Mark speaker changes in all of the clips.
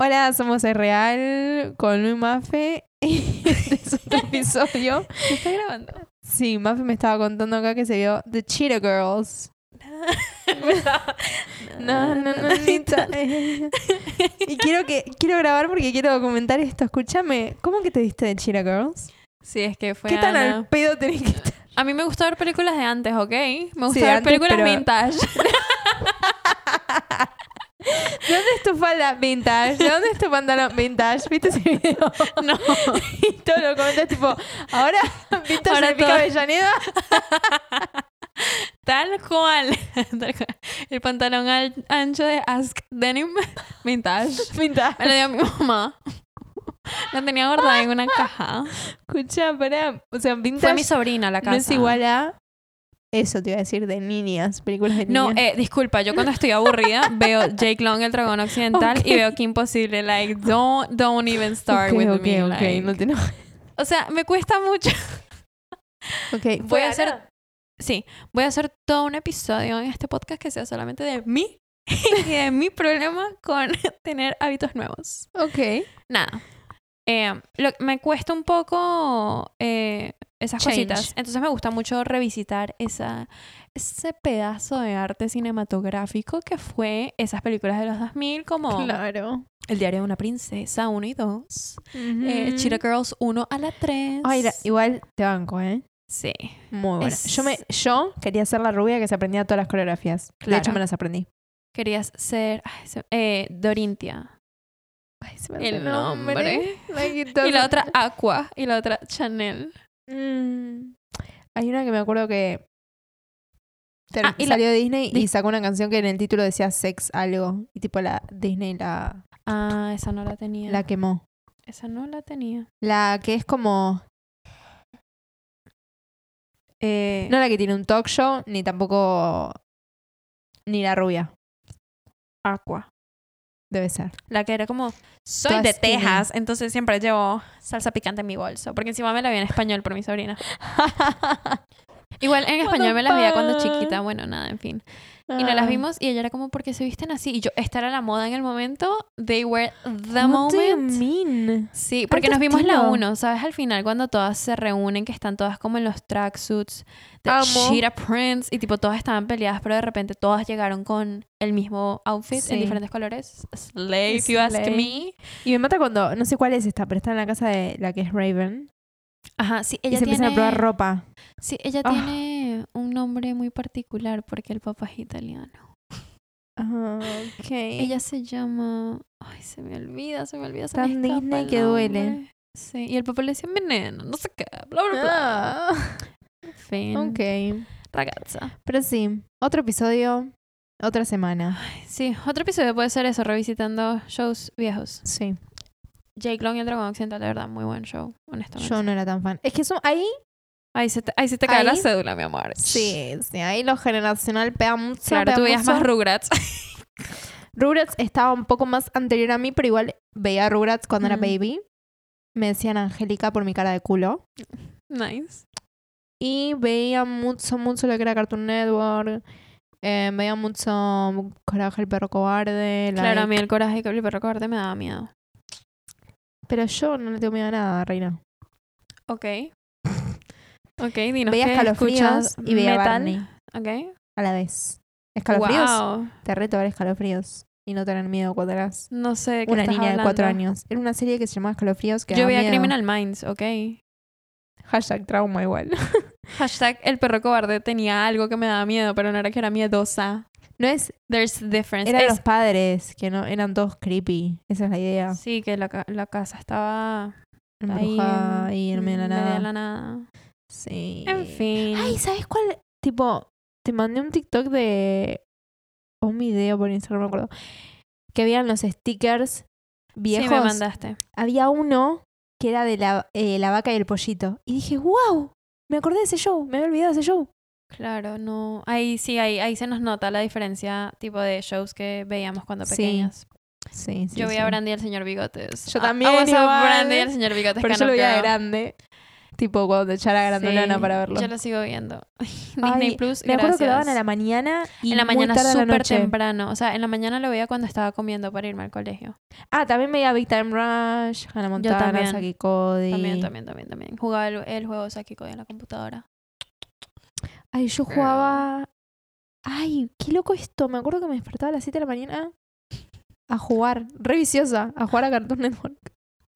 Speaker 1: Hola, somos Es Real con Luis Mafe. este es otro episodio.
Speaker 2: está grabando?
Speaker 1: Sí, Mafe me estaba contando acá que se vio The Cheetah Girls. No, no, no, Anita. Y quiero que quiero grabar porque quiero documentar esto. Escúchame, ¿cómo que te diste de Cheetah Girls?
Speaker 2: Sí, es que fue
Speaker 1: ¿Qué tan
Speaker 2: Ana.
Speaker 1: al pedo tenés que estar?
Speaker 2: A mí me gusta ver películas de antes, ¿ok? Me gusta
Speaker 1: Sí,
Speaker 2: ver
Speaker 1: antes,
Speaker 2: películas
Speaker 1: pero-
Speaker 2: vintage.
Speaker 1: ¿De dónde es tu falda? Vintage. ¿De dónde es tu pantalón? Vintage. ¿Viste ese video?
Speaker 2: No.
Speaker 1: Y todo lo comentas tipo, ahora Vintage
Speaker 2: Ahora
Speaker 1: significa
Speaker 2: todo.
Speaker 1: Avellaneda.
Speaker 2: Tal cual. Tal cual. El pantalón al- ancho de Ask Denim vintage. Me
Speaker 1: Vintage.
Speaker 2: lo dio mi mamá. La tenía guardada en una caja.
Speaker 1: Escucha, pará. O sea, Vintage.
Speaker 2: Fue mi sobrina a la casa.
Speaker 1: No es igual a eso te iba a decir de niñas, películas de
Speaker 2: No,
Speaker 1: niñas.
Speaker 2: eh, disculpa, yo cuando estoy aburrida veo Jake Long, el dragón occidental,
Speaker 1: Ok.
Speaker 2: y veo que imposible, like, don't, don't even start
Speaker 1: Ok,
Speaker 2: eh, with
Speaker 1: ok,
Speaker 2: me.
Speaker 1: ok,
Speaker 2: like.
Speaker 1: no te enojes.
Speaker 2: O sea, me cuesta mucho.
Speaker 1: Ok,
Speaker 2: Voy a hacer Sí, voy a hacer todo un episodio en este podcast que sea solamente de mí y de mi problema con tener hábitos nuevos.
Speaker 1: Ok.
Speaker 2: Nada. Eh, lo- me cuesta un poco eh, esas
Speaker 1: Change.
Speaker 2: cositas. Entonces me gusta mucho revisitar esa, ese pedazo de arte cinematográfico que fue esas películas de los 2000 como
Speaker 1: Claro.
Speaker 2: El diario de una princesa 1 y 2, eh,
Speaker 1: Ujú.
Speaker 2: Cheetah Girls 1 a la 3.
Speaker 1: Mm. Ay, la- igual te banco, ¿eh?
Speaker 2: Sí.
Speaker 1: Muy buena.
Speaker 2: Es-
Speaker 1: Yo, me, yo quería ser la rubia que se aprendía todas las coreografías. De hecho,
Speaker 2: Claro.
Speaker 1: me las aprendí.
Speaker 2: Querías ser ay, se- eh, Dorintia.
Speaker 1: Ay, se me hace
Speaker 2: el nombre.
Speaker 1: La que
Speaker 2: Y la
Speaker 1: todo-
Speaker 2: otra Aqua y la otra Chanel.
Speaker 1: Mm. Hay una que me acuerdo que ter-
Speaker 2: Ah, y la-
Speaker 1: salió de Disney y
Speaker 2: Dis-
Speaker 1: sacó una canción que en el título decía sex algo. Y tipo la Disney la,
Speaker 2: Ah, esa no la tenía.
Speaker 1: la quemó.
Speaker 2: Esa no la tenía.
Speaker 1: La que es como.
Speaker 2: Eh,
Speaker 1: No la que tiene un talk show, ni tampoco. Ni la rubia,
Speaker 2: Aqua.
Speaker 1: debe ser.
Speaker 2: La que era como, soy
Speaker 1: Todas
Speaker 2: de
Speaker 1: skinny.
Speaker 2: Texas, entonces siempre llevo salsa picante en mi bolso. Porque encima me la vi en español por mi sobrina. Igual en español me las veía cuando chiquita, bueno, nada, en fin. Y
Speaker 1: Ah,
Speaker 2: no las vimos y ella era como, ¿por qué se visten así? Y yo, esta era la moda en el momento. They were the moment. Sí, porque
Speaker 1: Alto
Speaker 2: nos vimos la
Speaker 1: estilo.
Speaker 2: 1, ¿sabes? Al final, cuando todas se reúnen, que están todas como en los tracksuits de
Speaker 1: Amo.
Speaker 2: Shira Prince, y tipo todas estaban peleadas, pero de repente todas llegaron con el mismo outfit
Speaker 1: Sí.
Speaker 2: en diferentes colores. Slay, if you ask
Speaker 1: Slay.
Speaker 2: me.
Speaker 1: Y me mata cuando. No sé cuál es esta, pero está en la casa de la que es Raven.
Speaker 2: Ajá, sí,
Speaker 1: y
Speaker 2: ella
Speaker 1: se
Speaker 2: tiene.
Speaker 1: empiezan a probar ropa.
Speaker 2: Sí, ella
Speaker 1: Ah.
Speaker 2: tiene un nombre muy particular porque el papá es italiano. Ah,
Speaker 1: ok.
Speaker 2: Ella se llama. Ay, se me olvida, se me olvida. Se me
Speaker 1: Tan
Speaker 2: escapa
Speaker 1: Disney
Speaker 2: el
Speaker 1: que duele.
Speaker 2: nombre. Sí, y el papá le decía veneno, no sé qué, bla, bla, bla.
Speaker 1: Ah,
Speaker 2: En fin,
Speaker 1: ok.
Speaker 2: ragazza.
Speaker 1: Pero sí, otro episodio, otra semana.
Speaker 2: Sí, otro episodio puede ser eso, revisitando shows viejos.
Speaker 1: Sí,
Speaker 2: Jake Long y el Dragón Occidental, de verdad, muy buen show, honestamente.
Speaker 1: yo no era tan fan. Es que son, ahí
Speaker 2: Ahí se te, ahí se te cae la
Speaker 1: Ahí-
Speaker 2: cédula, mi amor.
Speaker 1: Sí, sí, ahí lo generacional pega mucho.
Speaker 2: Claro,
Speaker 1: pega
Speaker 2: tú veías
Speaker 1: mucho.
Speaker 2: más Rugrats.
Speaker 1: Rugrats estaba un poco más anterior a mí, pero igual veía Rugrats cuando era
Speaker 2: Mm.
Speaker 1: baby. Me decían Angélica por mi cara de culo.
Speaker 2: nice.
Speaker 1: Y veía mucho, mucho lo que era Cartoon Network. Eh, veía mucho Coraje el perro cobarde. like.
Speaker 2: Claro, a mí el coraje que el perro cobarde me daba miedo.
Speaker 1: Pero yo no le tengo miedo a nada, reina.
Speaker 2: Ok. Ok, dinos
Speaker 1: veía
Speaker 2: qué
Speaker 1: escalofríos
Speaker 2: escuchas.
Speaker 1: y veía
Speaker 2: metal.
Speaker 1: Barney
Speaker 2: Ok.
Speaker 1: a la vez. ¿Escalofríos?
Speaker 2: Wow.
Speaker 1: Te reto a ver escalofríos y no tener miedo cuando eras
Speaker 2: No sé de qué
Speaker 1: una
Speaker 2: estás
Speaker 1: niña de cuatro
Speaker 2: hablando.
Speaker 1: años. Era una serie que se llamaba Escalofríos que
Speaker 2: Yo
Speaker 1: daba
Speaker 2: veía
Speaker 1: miedo.
Speaker 2: Criminal Minds, ok.
Speaker 1: Hashtag trauma igual.
Speaker 2: Hashtag el perro cobarde tenía algo que me daba miedo, pero no era que era miedosa.
Speaker 1: No es,
Speaker 2: There's difference.
Speaker 1: eran
Speaker 2: Es-
Speaker 1: los padres, que no eran todos creepy. Esa es la idea.
Speaker 2: Sí, que la, ca- la casa estaba
Speaker 1: Embrujada ahí en mm, medio de la nada.
Speaker 2: nada.
Speaker 1: Sí.
Speaker 2: En fin.
Speaker 1: Ay, ¿sabes cuál? Tipo, te mandé un TikTok de o un video por Instagram, no me acuerdo. Que habían los stickers viejos.
Speaker 2: Sí, me mandaste.
Speaker 1: Había uno que era de la, eh, la vaca y el pollito. Y dije, wow, me acordé de ese show, me había olvidado de ese show.
Speaker 2: Claro, no. Ahí sí, ahí, ahí se nos nota la diferencia tipo de shows que veíamos cuando
Speaker 1: Sí,
Speaker 2: pequeñas.
Speaker 1: Sí, sí.
Speaker 2: yo
Speaker 1: vi
Speaker 2: veía a Brandy y el señor Bigotes.
Speaker 1: Yo
Speaker 2: Ah,
Speaker 1: también
Speaker 2: I was a
Speaker 1: igual.
Speaker 2: Brandy y el señor Bigotes.
Speaker 1: Pero yo
Speaker 2: kind
Speaker 1: lo
Speaker 2: of
Speaker 1: veía de
Speaker 2: girl.
Speaker 1: grande. Tipo cuando te echara grandulona
Speaker 2: Sí,
Speaker 1: para verlo.
Speaker 2: Yo lo sigo viendo.
Speaker 1: Ay,
Speaker 2: Disney Plus,
Speaker 1: Me acuerdo
Speaker 2: gracias.
Speaker 1: que lo daban a la mañana y
Speaker 2: en la mañana
Speaker 1: muy tarde a la
Speaker 2: súper
Speaker 1: noche.
Speaker 2: temprano. O sea, en la mañana lo veía cuando estaba comiendo para irme al colegio.
Speaker 1: Ah, también veía Big Time Rush, Hannah Montana,
Speaker 2: también.
Speaker 1: Saki Cody.
Speaker 2: También, también, también, también. Jugaba el, el juego Saki Cody en la computadora.
Speaker 1: Ay, yo jugaba. Ay, qué loco esto. Me acuerdo que me despertaba a las 7 de la mañana a jugar. Re viciosa, a jugar a Cartoon Network.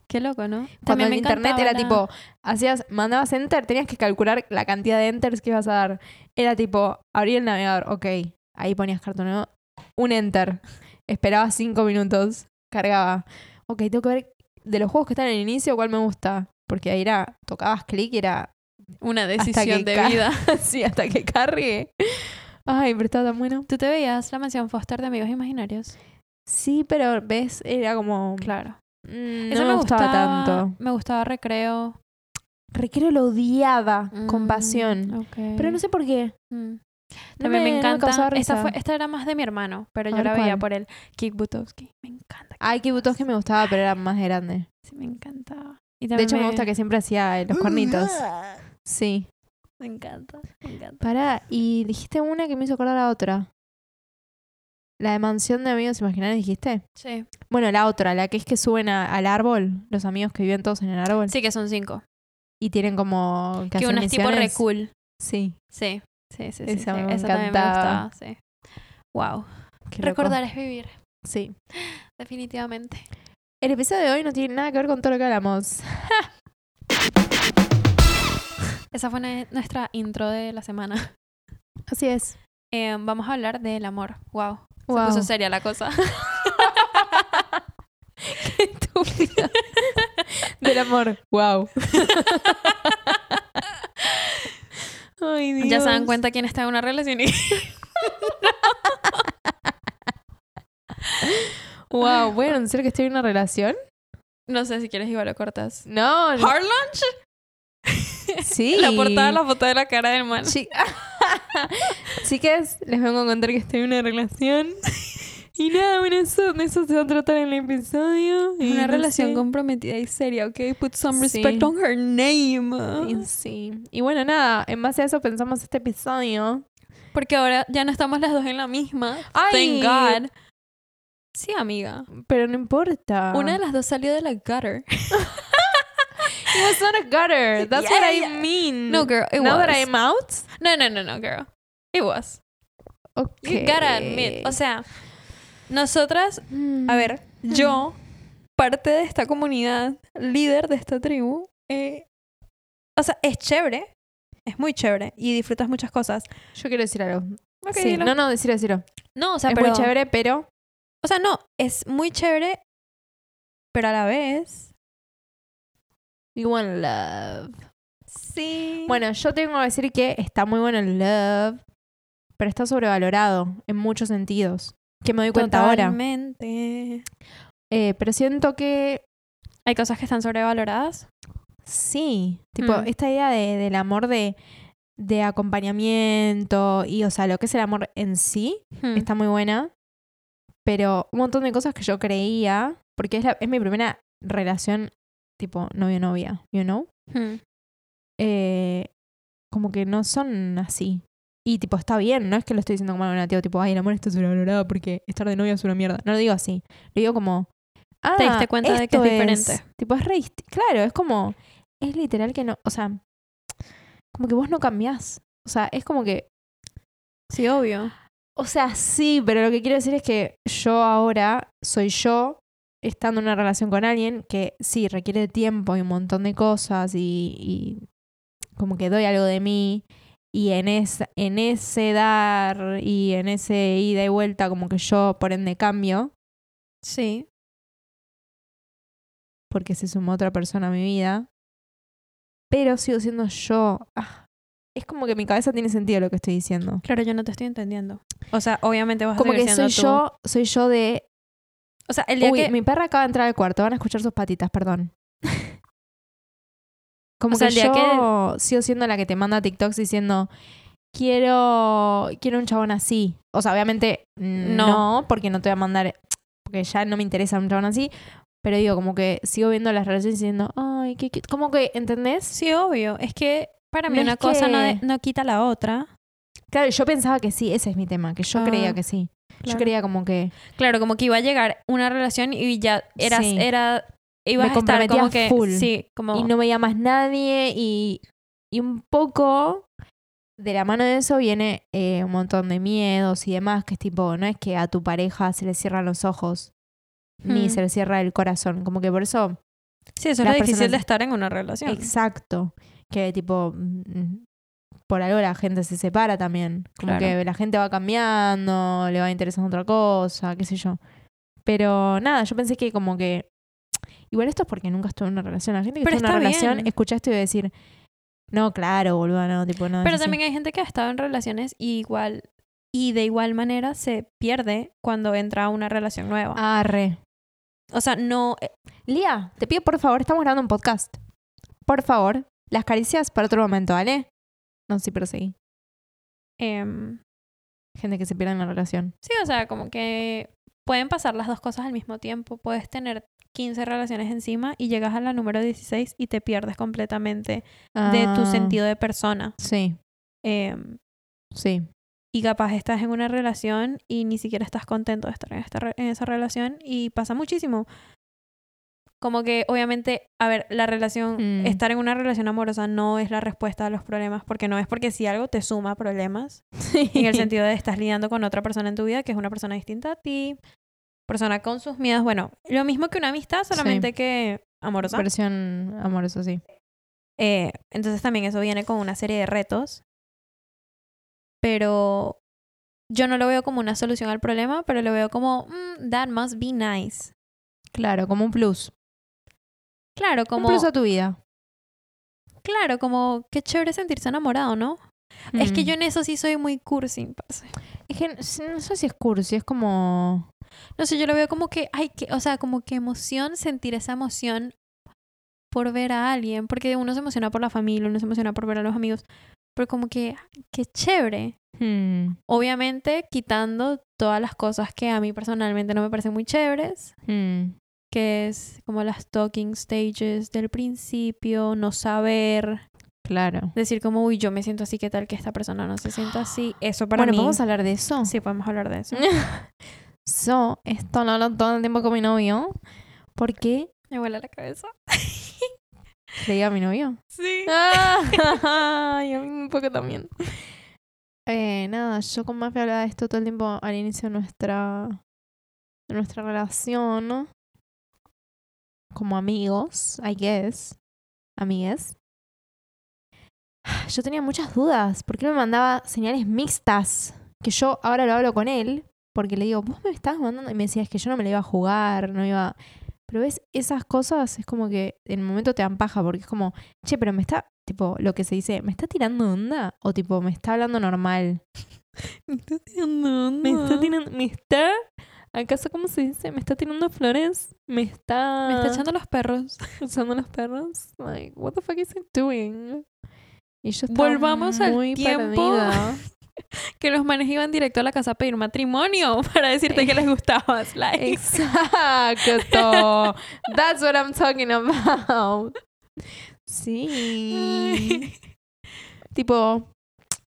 Speaker 2: Qué loco, ¿no?
Speaker 1: Cuando
Speaker 2: También
Speaker 1: el
Speaker 2: me
Speaker 1: internet
Speaker 2: encantaba
Speaker 1: era
Speaker 2: la-
Speaker 1: tipo, hacías, mandabas enter, tenías que calcular la cantidad de enters que ibas a dar. Era tipo, abrir el navegador, ok. Ahí ponías Cartoon Network, un enter. Esperabas 5 minutos, cargaba. Ok, tengo que ver de los juegos que están en el inicio, cuál me gusta. Porque ahí era, tocabas clic y era
Speaker 2: Una
Speaker 1: que
Speaker 2: decisión de
Speaker 1: ca-
Speaker 2: vida.
Speaker 1: así hasta que cargue. Ay, pero estaba tan bueno.
Speaker 2: ¿Tú te veías la mansión Foster de Amigos Imaginarios?
Speaker 1: Sí, pero ves, era como.
Speaker 2: Claro.
Speaker 1: mm,
Speaker 2: Eso
Speaker 1: no me, gustaba, tanto.
Speaker 2: Me gustaba Recreo.
Speaker 1: Requiero lo odiaba con
Speaker 2: Mm,
Speaker 1: pasión.
Speaker 2: ok.
Speaker 1: Pero no sé por qué.
Speaker 2: Mm.
Speaker 1: No
Speaker 2: También me,
Speaker 1: no
Speaker 2: encanta.
Speaker 1: causaba
Speaker 2: esta,
Speaker 1: risa.
Speaker 2: fue, esta era más de mi hermano, pero yo
Speaker 1: ver,
Speaker 2: la veía
Speaker 1: ¿cuál?
Speaker 2: por él. Kick Butowski. Me encanta.
Speaker 1: Ay, qué butos que me gustaba, pero era más grande.
Speaker 2: Sí, me encantaba. Y
Speaker 1: De
Speaker 2: también
Speaker 1: hecho, me gusta que siempre hacía eh, los cuernitos. Sí.
Speaker 2: Me encanta, me encanta.
Speaker 1: Pará, y dijiste una que me hizo acordar a otra. La de mansión de amigos imaginarios, dijiste.
Speaker 2: Sí.
Speaker 1: Bueno, la otra, la que es que suben a- al árbol, los amigos que viven todos en el árbol.
Speaker 2: Sí, que son cinco.
Speaker 1: Y tienen como.
Speaker 2: Que,
Speaker 1: hacer
Speaker 2: una es tipo re
Speaker 1: misiones.
Speaker 2: cool.
Speaker 1: Sí.
Speaker 2: Sí, sí, sí. sí,
Speaker 1: Esa
Speaker 2: sí.
Speaker 1: me
Speaker 2: Esa también me
Speaker 1: encantaba.
Speaker 2: gustaba. Sí. Wow.
Speaker 1: qué loco.
Speaker 2: Recordar es vivir,
Speaker 1: Sí.
Speaker 2: definitivamente.
Speaker 1: El episodio de hoy no tiene nada que ver con todo lo que hablamos.
Speaker 2: Esa fue una- nuestra intro de la semana.
Speaker 1: Así es.
Speaker 2: Eh, vamos a hablar del amor. Wow.
Speaker 1: Wow.
Speaker 2: Se puso seria la cosa.
Speaker 1: Qué estúpida. Del amor. Wow. Ay, Dios.
Speaker 2: Ya se dan cuenta quién está en una relación. y-
Speaker 1: Wow, ¿voy a anunciar que estoy en una relación?
Speaker 2: no sé si quieres igual lo cortas.
Speaker 1: No, no.
Speaker 2: ¿Hard lunch?
Speaker 1: sí.
Speaker 2: La portada, la foto de la cara del man.
Speaker 1: Chi- Chicas, les vengo a contar que estoy en una relación. Y nada, bueno, eso, de eso se va a tratar en el episodio. Y
Speaker 2: Una
Speaker 1: no
Speaker 2: relación
Speaker 1: sé.
Speaker 2: comprometida y seria, ¿ok? Put some respect
Speaker 1: Sí.
Speaker 2: on her
Speaker 1: Y
Speaker 2: name.
Speaker 1: sí. Y bueno, nada, en base a eso pensamos este episodio.
Speaker 2: Porque ahora ya no estamos las dos en la misma.
Speaker 1: Ay.
Speaker 2: Thank God. Sí, amiga.
Speaker 1: Pero no importa.
Speaker 2: Una de las dos salió de la gutter.
Speaker 1: It was not a gutter. That's
Speaker 2: Yeah,
Speaker 1: what I
Speaker 2: yeah.
Speaker 1: mean.
Speaker 2: No, girl, it
Speaker 1: Now that
Speaker 2: was.
Speaker 1: I'm out.
Speaker 2: No, no, no, no, girl. It was.
Speaker 1: Okay.
Speaker 2: You gotta admit. O sea, nosotras,
Speaker 1: Mm.
Speaker 2: a ver, yo, parte de esta comunidad, líder de esta tribu, eh, o sea, es chévere. Es muy chévere y disfrutas muchas cosas.
Speaker 1: Yo quiero decir algo.
Speaker 2: Ok,
Speaker 1: Sí,
Speaker 2: dilo.
Speaker 1: No, no, decirlo, decirlo.
Speaker 2: No, o sea,
Speaker 1: es
Speaker 2: pero.
Speaker 1: muy chévere, pero...
Speaker 2: O sea, no, es muy chévere, pero a la vez.
Speaker 1: You want love.
Speaker 2: Sí.
Speaker 1: Bueno, yo tengo que decir que está muy bueno el love, pero está sobrevalorado en muchos sentidos. Que me doy cuenta ahora.
Speaker 2: totalmente.
Speaker 1: Eh, pero siento que
Speaker 2: Hay cosas que están sobrevaloradas.
Speaker 1: Sí, tipo,
Speaker 2: Mm.
Speaker 1: esta idea de- del amor de, de acompañamiento y, o sea, lo que es el amor en sí
Speaker 2: Hmm.
Speaker 1: está muy buena, pero un montón de cosas que yo creía, porque es, la- es mi primera relación, tipo, novio-novia, you know,
Speaker 2: Hmm.
Speaker 1: eh, como que no son así. Y, tipo, está bien, no es que lo estoy diciendo como algo negativo, tipo, ay, el amor está sobrevalorado porque estar de novia es una mierda. No lo digo así, lo digo como... Ah,
Speaker 2: Te diste cuenta de que es
Speaker 1: esto
Speaker 2: diferente.
Speaker 1: tipo, es re... dist- Claro, es como... Es literal que no... O sea, como que vos no cambiás. O sea, es como que...
Speaker 2: Sí, obvio.
Speaker 1: O sea, sí, pero lo que quiero decir es que yo ahora soy yo estando en una relación con alguien que sí requiere de tiempo y un montón de cosas y, y como que doy algo de mí y en, esa, en ese dar y en ese ida y vuelta como que yo por ende cambio
Speaker 2: Sí.
Speaker 1: porque se sumó otra persona a mi vida pero sigo siendo yo Ah, es como que mi cabeza tiene sentido lo que estoy diciendo
Speaker 2: Claro, yo no te estoy entendiendo. O sea, obviamente vas
Speaker 1: como
Speaker 2: a seguir
Speaker 1: que soy
Speaker 2: siendo tú.
Speaker 1: yo soy yo de
Speaker 2: O sea, el día
Speaker 1: Uy,
Speaker 2: que.
Speaker 1: mi perra acaba de entrar al cuarto, van a escuchar sus patitas, perdón. Como
Speaker 2: O sea,
Speaker 1: que
Speaker 2: el día
Speaker 1: yo sigo siendo la que te manda TikToks diciendo quiero quiero un chabón así. O sea, obviamente no,
Speaker 2: No.
Speaker 1: porque no te voy a mandar porque ya no me interesa un chabón así, pero digo como que sigo viendo las relaciones diciendo, ay, ay, qué cute. Como que, ¿entendés?
Speaker 2: Sí, obvio. Es que para mí
Speaker 1: No
Speaker 2: una
Speaker 1: es
Speaker 2: cosa no, de-
Speaker 1: que-
Speaker 2: no quita la otra.
Speaker 1: Claro, yo pensaba que sí, ese es mi tema, que yo
Speaker 2: Ah,
Speaker 1: creía que sí. Yo
Speaker 2: claro.
Speaker 1: creía como que
Speaker 2: Claro, como que iba a llegar una relación y ya eras,
Speaker 1: Sí.
Speaker 2: era, ibas
Speaker 1: Me
Speaker 2: a estar como
Speaker 1: comprometía
Speaker 2: que,
Speaker 1: full.
Speaker 2: sí, como,
Speaker 1: y no veía más nadie y, y un poco de la mano de eso viene eh, un montón de miedos y demás, que es tipo, no es que a tu pareja se le cierran los ojos ni
Speaker 2: Mm.
Speaker 1: se le cierra el corazón, como que por eso,
Speaker 2: sí, eso es lo
Speaker 1: las
Speaker 2: difícil
Speaker 1: personas-
Speaker 2: de estar en una relación.
Speaker 1: exacto, que tipo, mm, mm, por algo la gente se separa también, como
Speaker 2: Claro.
Speaker 1: que la gente va cambiando, le va interesando otra cosa, qué sé yo. Pero nada, yo pensé que como que... Igual esto es porque nunca estuve en una relación. La gente que
Speaker 2: Pero
Speaker 1: estuvo en una
Speaker 2: está
Speaker 1: relación
Speaker 2: bien.
Speaker 1: escucha esto y va a decir, no, claro, boludo, no, tipo, no. es
Speaker 2: Pero
Speaker 1: así".
Speaker 2: también hay gente que ha estado en relaciones y igual y de igual manera se pierde cuando entra a una relación nueva.
Speaker 1: Ah. Arre.
Speaker 2: O sea, no eh,
Speaker 1: Lía, te pido por favor, estamos grabando un podcast. Por favor, las caricias para otro momento, ¿vale? No, sí, pero seguí.
Speaker 2: em,
Speaker 1: Gente que se pierde en la relación.
Speaker 2: sí, o sea, como que pueden pasar las dos cosas al mismo tiempo, puedes tener 15 relaciones encima y llegas a la número 16 y te pierdes completamente de tu
Speaker 1: Ah,
Speaker 2: sentido de persona.
Speaker 1: Sí,
Speaker 2: Em,
Speaker 1: sí.
Speaker 2: y capaz estás en una relación y ni siquiera estás contento de estar en, esta re- en esa relación y pasa muchísimo. Como que obviamente, a ver, la relación,
Speaker 1: Mm.
Speaker 2: estar en una relación amorosa no es la respuesta a los problemas, porque no es porque si algo te suma problemas, en el sentido de estás lidiando con otra persona en tu vida que es una persona distinta a ti, persona con sus miedos, bueno, lo mismo que una amistad, solamente que amorosa.
Speaker 1: Versión amorosa, sí.
Speaker 2: Eh, entonces también eso viene con una serie de retos. Pero yo no lo veo como una solución al problema, pero lo veo como, "Mm, that must be nice.
Speaker 1: Claro, como un plus.
Speaker 2: Claro, como,
Speaker 1: Un plus a tu vida.
Speaker 2: claro, como, qué chévere sentirse enamorado, ¿no? Es que
Speaker 1: Mm.
Speaker 2: yo en eso sí soy muy cursi, parce.
Speaker 1: Es que no no sé si es cursi, es como...
Speaker 2: No sé, yo lo veo como que, ay, que, o sea, como que emoción, sentir esa emoción por ver a alguien, porque uno se emociona por la familia, uno se emociona por ver a los amigos, pero como que, qué chévere.
Speaker 1: hmm,
Speaker 2: Obviamente quitando todas las cosas que a mí personalmente no me parecen muy chéveres,
Speaker 1: hmm.
Speaker 2: que es como las talking stages del principio, no saber,
Speaker 1: Claro.
Speaker 2: decir como, uy, yo me siento así, ¿qué tal que esta persona no se sienta así? Eso para
Speaker 1: bueno,
Speaker 2: mí...
Speaker 1: ¿podemos hablar de eso?
Speaker 2: Sí, podemos hablar de eso.
Speaker 1: So, esto lo hablo todo el tiempo con mi novio. Porque
Speaker 2: Me vuela la cabeza.
Speaker 1: le digo a mi novio.
Speaker 2: Sí.
Speaker 1: Ay, Ah. a mí un poco también. Eh, nada, yo con Mafe hablaba de esto todo el tiempo al inicio de nuestra, de nuestra relación, ¿no? Como amigos, I guess. Amigues. Yo tenía muchas dudas. ¿Por qué me mandaba señales mixtas? Que yo ahora lo hablo con él, porque le digo, vos me estabas mandando. Y me decías que yo no me la iba a jugar, no iba. Pero ves, esas cosas es como que en el momento te dan paja, porque es como, che, pero me está, tipo, lo que se dice, ¿me está tirando onda? O tipo, ¿me está hablando normal?
Speaker 2: Me está tirando
Speaker 1: ¿Me está tirando, me está, acaso cómo se dice? ¿Me está tirando flores? ¿Me está,
Speaker 2: Me está echando los perros.
Speaker 1: usando los perros? Like, what the fuck is it doing? Y yo estaba
Speaker 2: Volvamos al
Speaker 1: muy
Speaker 2: tiempo.
Speaker 1: perdida.
Speaker 2: Que los manes iban directo a la casa a pedir matrimonio para decirte que les gustabas. Like.
Speaker 1: Exacto. That's what I'm talking about. Sí. tipo,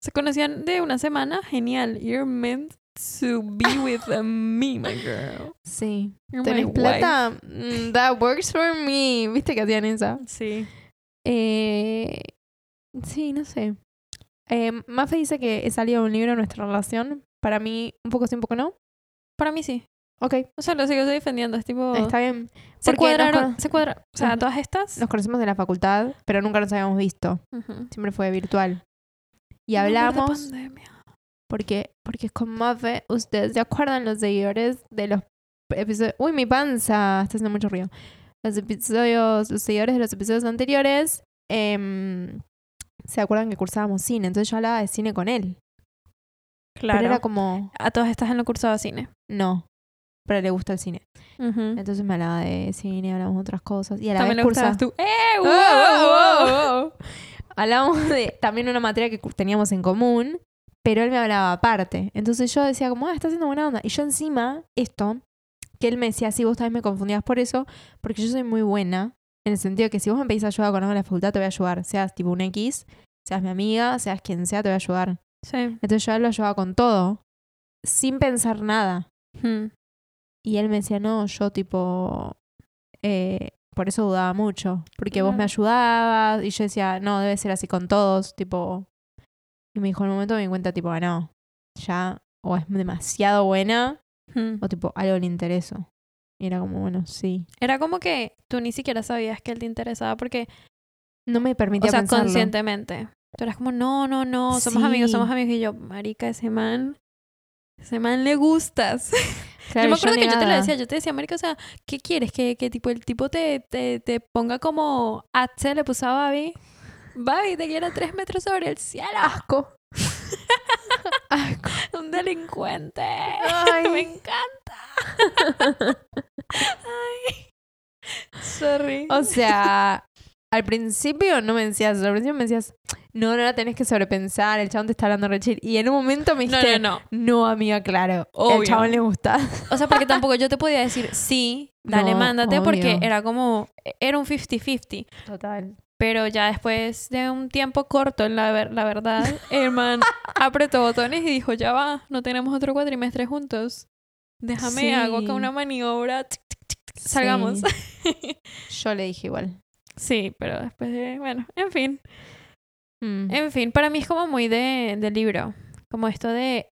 Speaker 2: Se conocían de una semana, genial. You're meant to be with me, my girl.
Speaker 1: sí.
Speaker 2: You're my
Speaker 1: ¿Tenés plata? Mm, That works for me. ¿Viste que hacían esa?
Speaker 2: wife. Sí.
Speaker 1: Eh, sí, no sé. Eh, Mafe dice que he salido un libro en nuestra relación. Para mí, un poco sí, un poco no.
Speaker 2: Para mí sí.
Speaker 1: Ok,
Speaker 2: O sea, lo sigo defendiendo. Es tipo.
Speaker 1: está bien.
Speaker 2: se
Speaker 1: porque
Speaker 2: cuadraron.
Speaker 1: nos cono-
Speaker 2: se cuadra- O sea,
Speaker 1: Ajá.
Speaker 2: todas estas.
Speaker 1: Nos conocimos de la facultad, pero nunca nos habíamos visto.
Speaker 2: Ujú.
Speaker 1: Siempre fue virtual. Y
Speaker 2: Amor de
Speaker 1: hablamos
Speaker 2: pandemia.
Speaker 1: porque, porque con Mafe, ustedes se acuerdan los seguidores de los episodios... Uy, mi panza, está haciendo mucho ruido. Los episodios, los seguidores de los episodios anteriores, em, se acuerdan que cursábamos cine, entonces yo hablaba de cine con él. Pero
Speaker 2: Claro.
Speaker 1: era como,
Speaker 2: A todas estas en lo cursado de cine.
Speaker 1: no, pero le gusta el cine.
Speaker 2: Ujú.
Speaker 1: Entonces me hablaba de cine, hablamos de otras cosas. Y a la
Speaker 2: También le
Speaker 1: vez cursa-
Speaker 2: gustabas tú. ¡Eh!
Speaker 1: ¡Oh,
Speaker 2: wow,
Speaker 1: oh,
Speaker 2: wow!
Speaker 1: oh, oh! Hablábamos de también una materia que cu- teníamos en común, pero él me hablaba aparte. Entonces yo decía como, ah, está haciendo buena onda. Y yo encima, esto, que él me decía, sí, vos también me confundías por eso, porque yo soy muy buena En el sentido que si vos me pedís ayuda con algo en la facultad, te voy a ayudar. Seas tipo un X, seas mi amiga, seas quien sea, te voy a ayudar.
Speaker 2: Sí.
Speaker 1: Entonces yo a él lo ayudaba con todo, sin pensar nada.
Speaker 2: Hmm.
Speaker 1: Y él me decía, no, yo tipo, eh, por eso dudaba mucho, porque vos me
Speaker 2: Claro.
Speaker 1: ayudabas y yo decía, no, debe ser así con todos, tipo... Y me dijo, en un momento me di cuenta, tipo, ah, no, ya o es demasiado buena
Speaker 2: Hmm.
Speaker 1: o tipo, algo le intereso. Y era como, bueno, sí.
Speaker 2: Era como que tú ni siquiera sabías que él te interesaba porque,
Speaker 1: No me permitía
Speaker 2: o sea,
Speaker 1: pensarlo.
Speaker 2: conscientemente. Tú eras como, no, no, no, somos amigos,
Speaker 1: Sí.
Speaker 2: somos amigos. Y yo, marica, ese man, ese man le gustas.
Speaker 1: Claro,
Speaker 2: yo me
Speaker 1: y
Speaker 2: acuerdo que yo te lo
Speaker 1: negada.
Speaker 2: decía, yo te decía, marica, o sea, ¿qué quieres? Que, que tipo el tipo te, te, te ponga como Axel le puso a Babi. Babi te quiero tres metros sobre el cielo.
Speaker 1: Asco. Asco.
Speaker 2: Un delincuente.
Speaker 1: Ay.
Speaker 2: Me encanta. Ay. Sorry.
Speaker 1: O sea, al principio no me decías, al principio me decías, no, no la tenés que sobrepensar, el chabón te está hablando re chill. Y en un momento me dijiste,
Speaker 2: no, no, no.
Speaker 1: "No, amiga, claro,
Speaker 2: Obvio.
Speaker 1: el chabón le gusta.
Speaker 2: O sea, porque tampoco yo te podía decir, sí, dale,
Speaker 1: No,
Speaker 2: mándate, porque
Speaker 1: obvio.
Speaker 2: era como, era un 50-50.
Speaker 1: Total.
Speaker 2: Pero ya después de un tiempo corto, la, ver- la verdad, el man apretó botones y dijo, ya va, no tenemos otro cuatrimestre juntos. Déjame,
Speaker 1: Sí.
Speaker 2: hago acá una maniobra, tic, tic, tic, tic, salgamos. Sí.
Speaker 1: Yo le dije igual.
Speaker 2: pero después de, bueno, en fin.
Speaker 1: Mm,
Speaker 2: En fin, para mí es como muy de, de libro. Como esto de,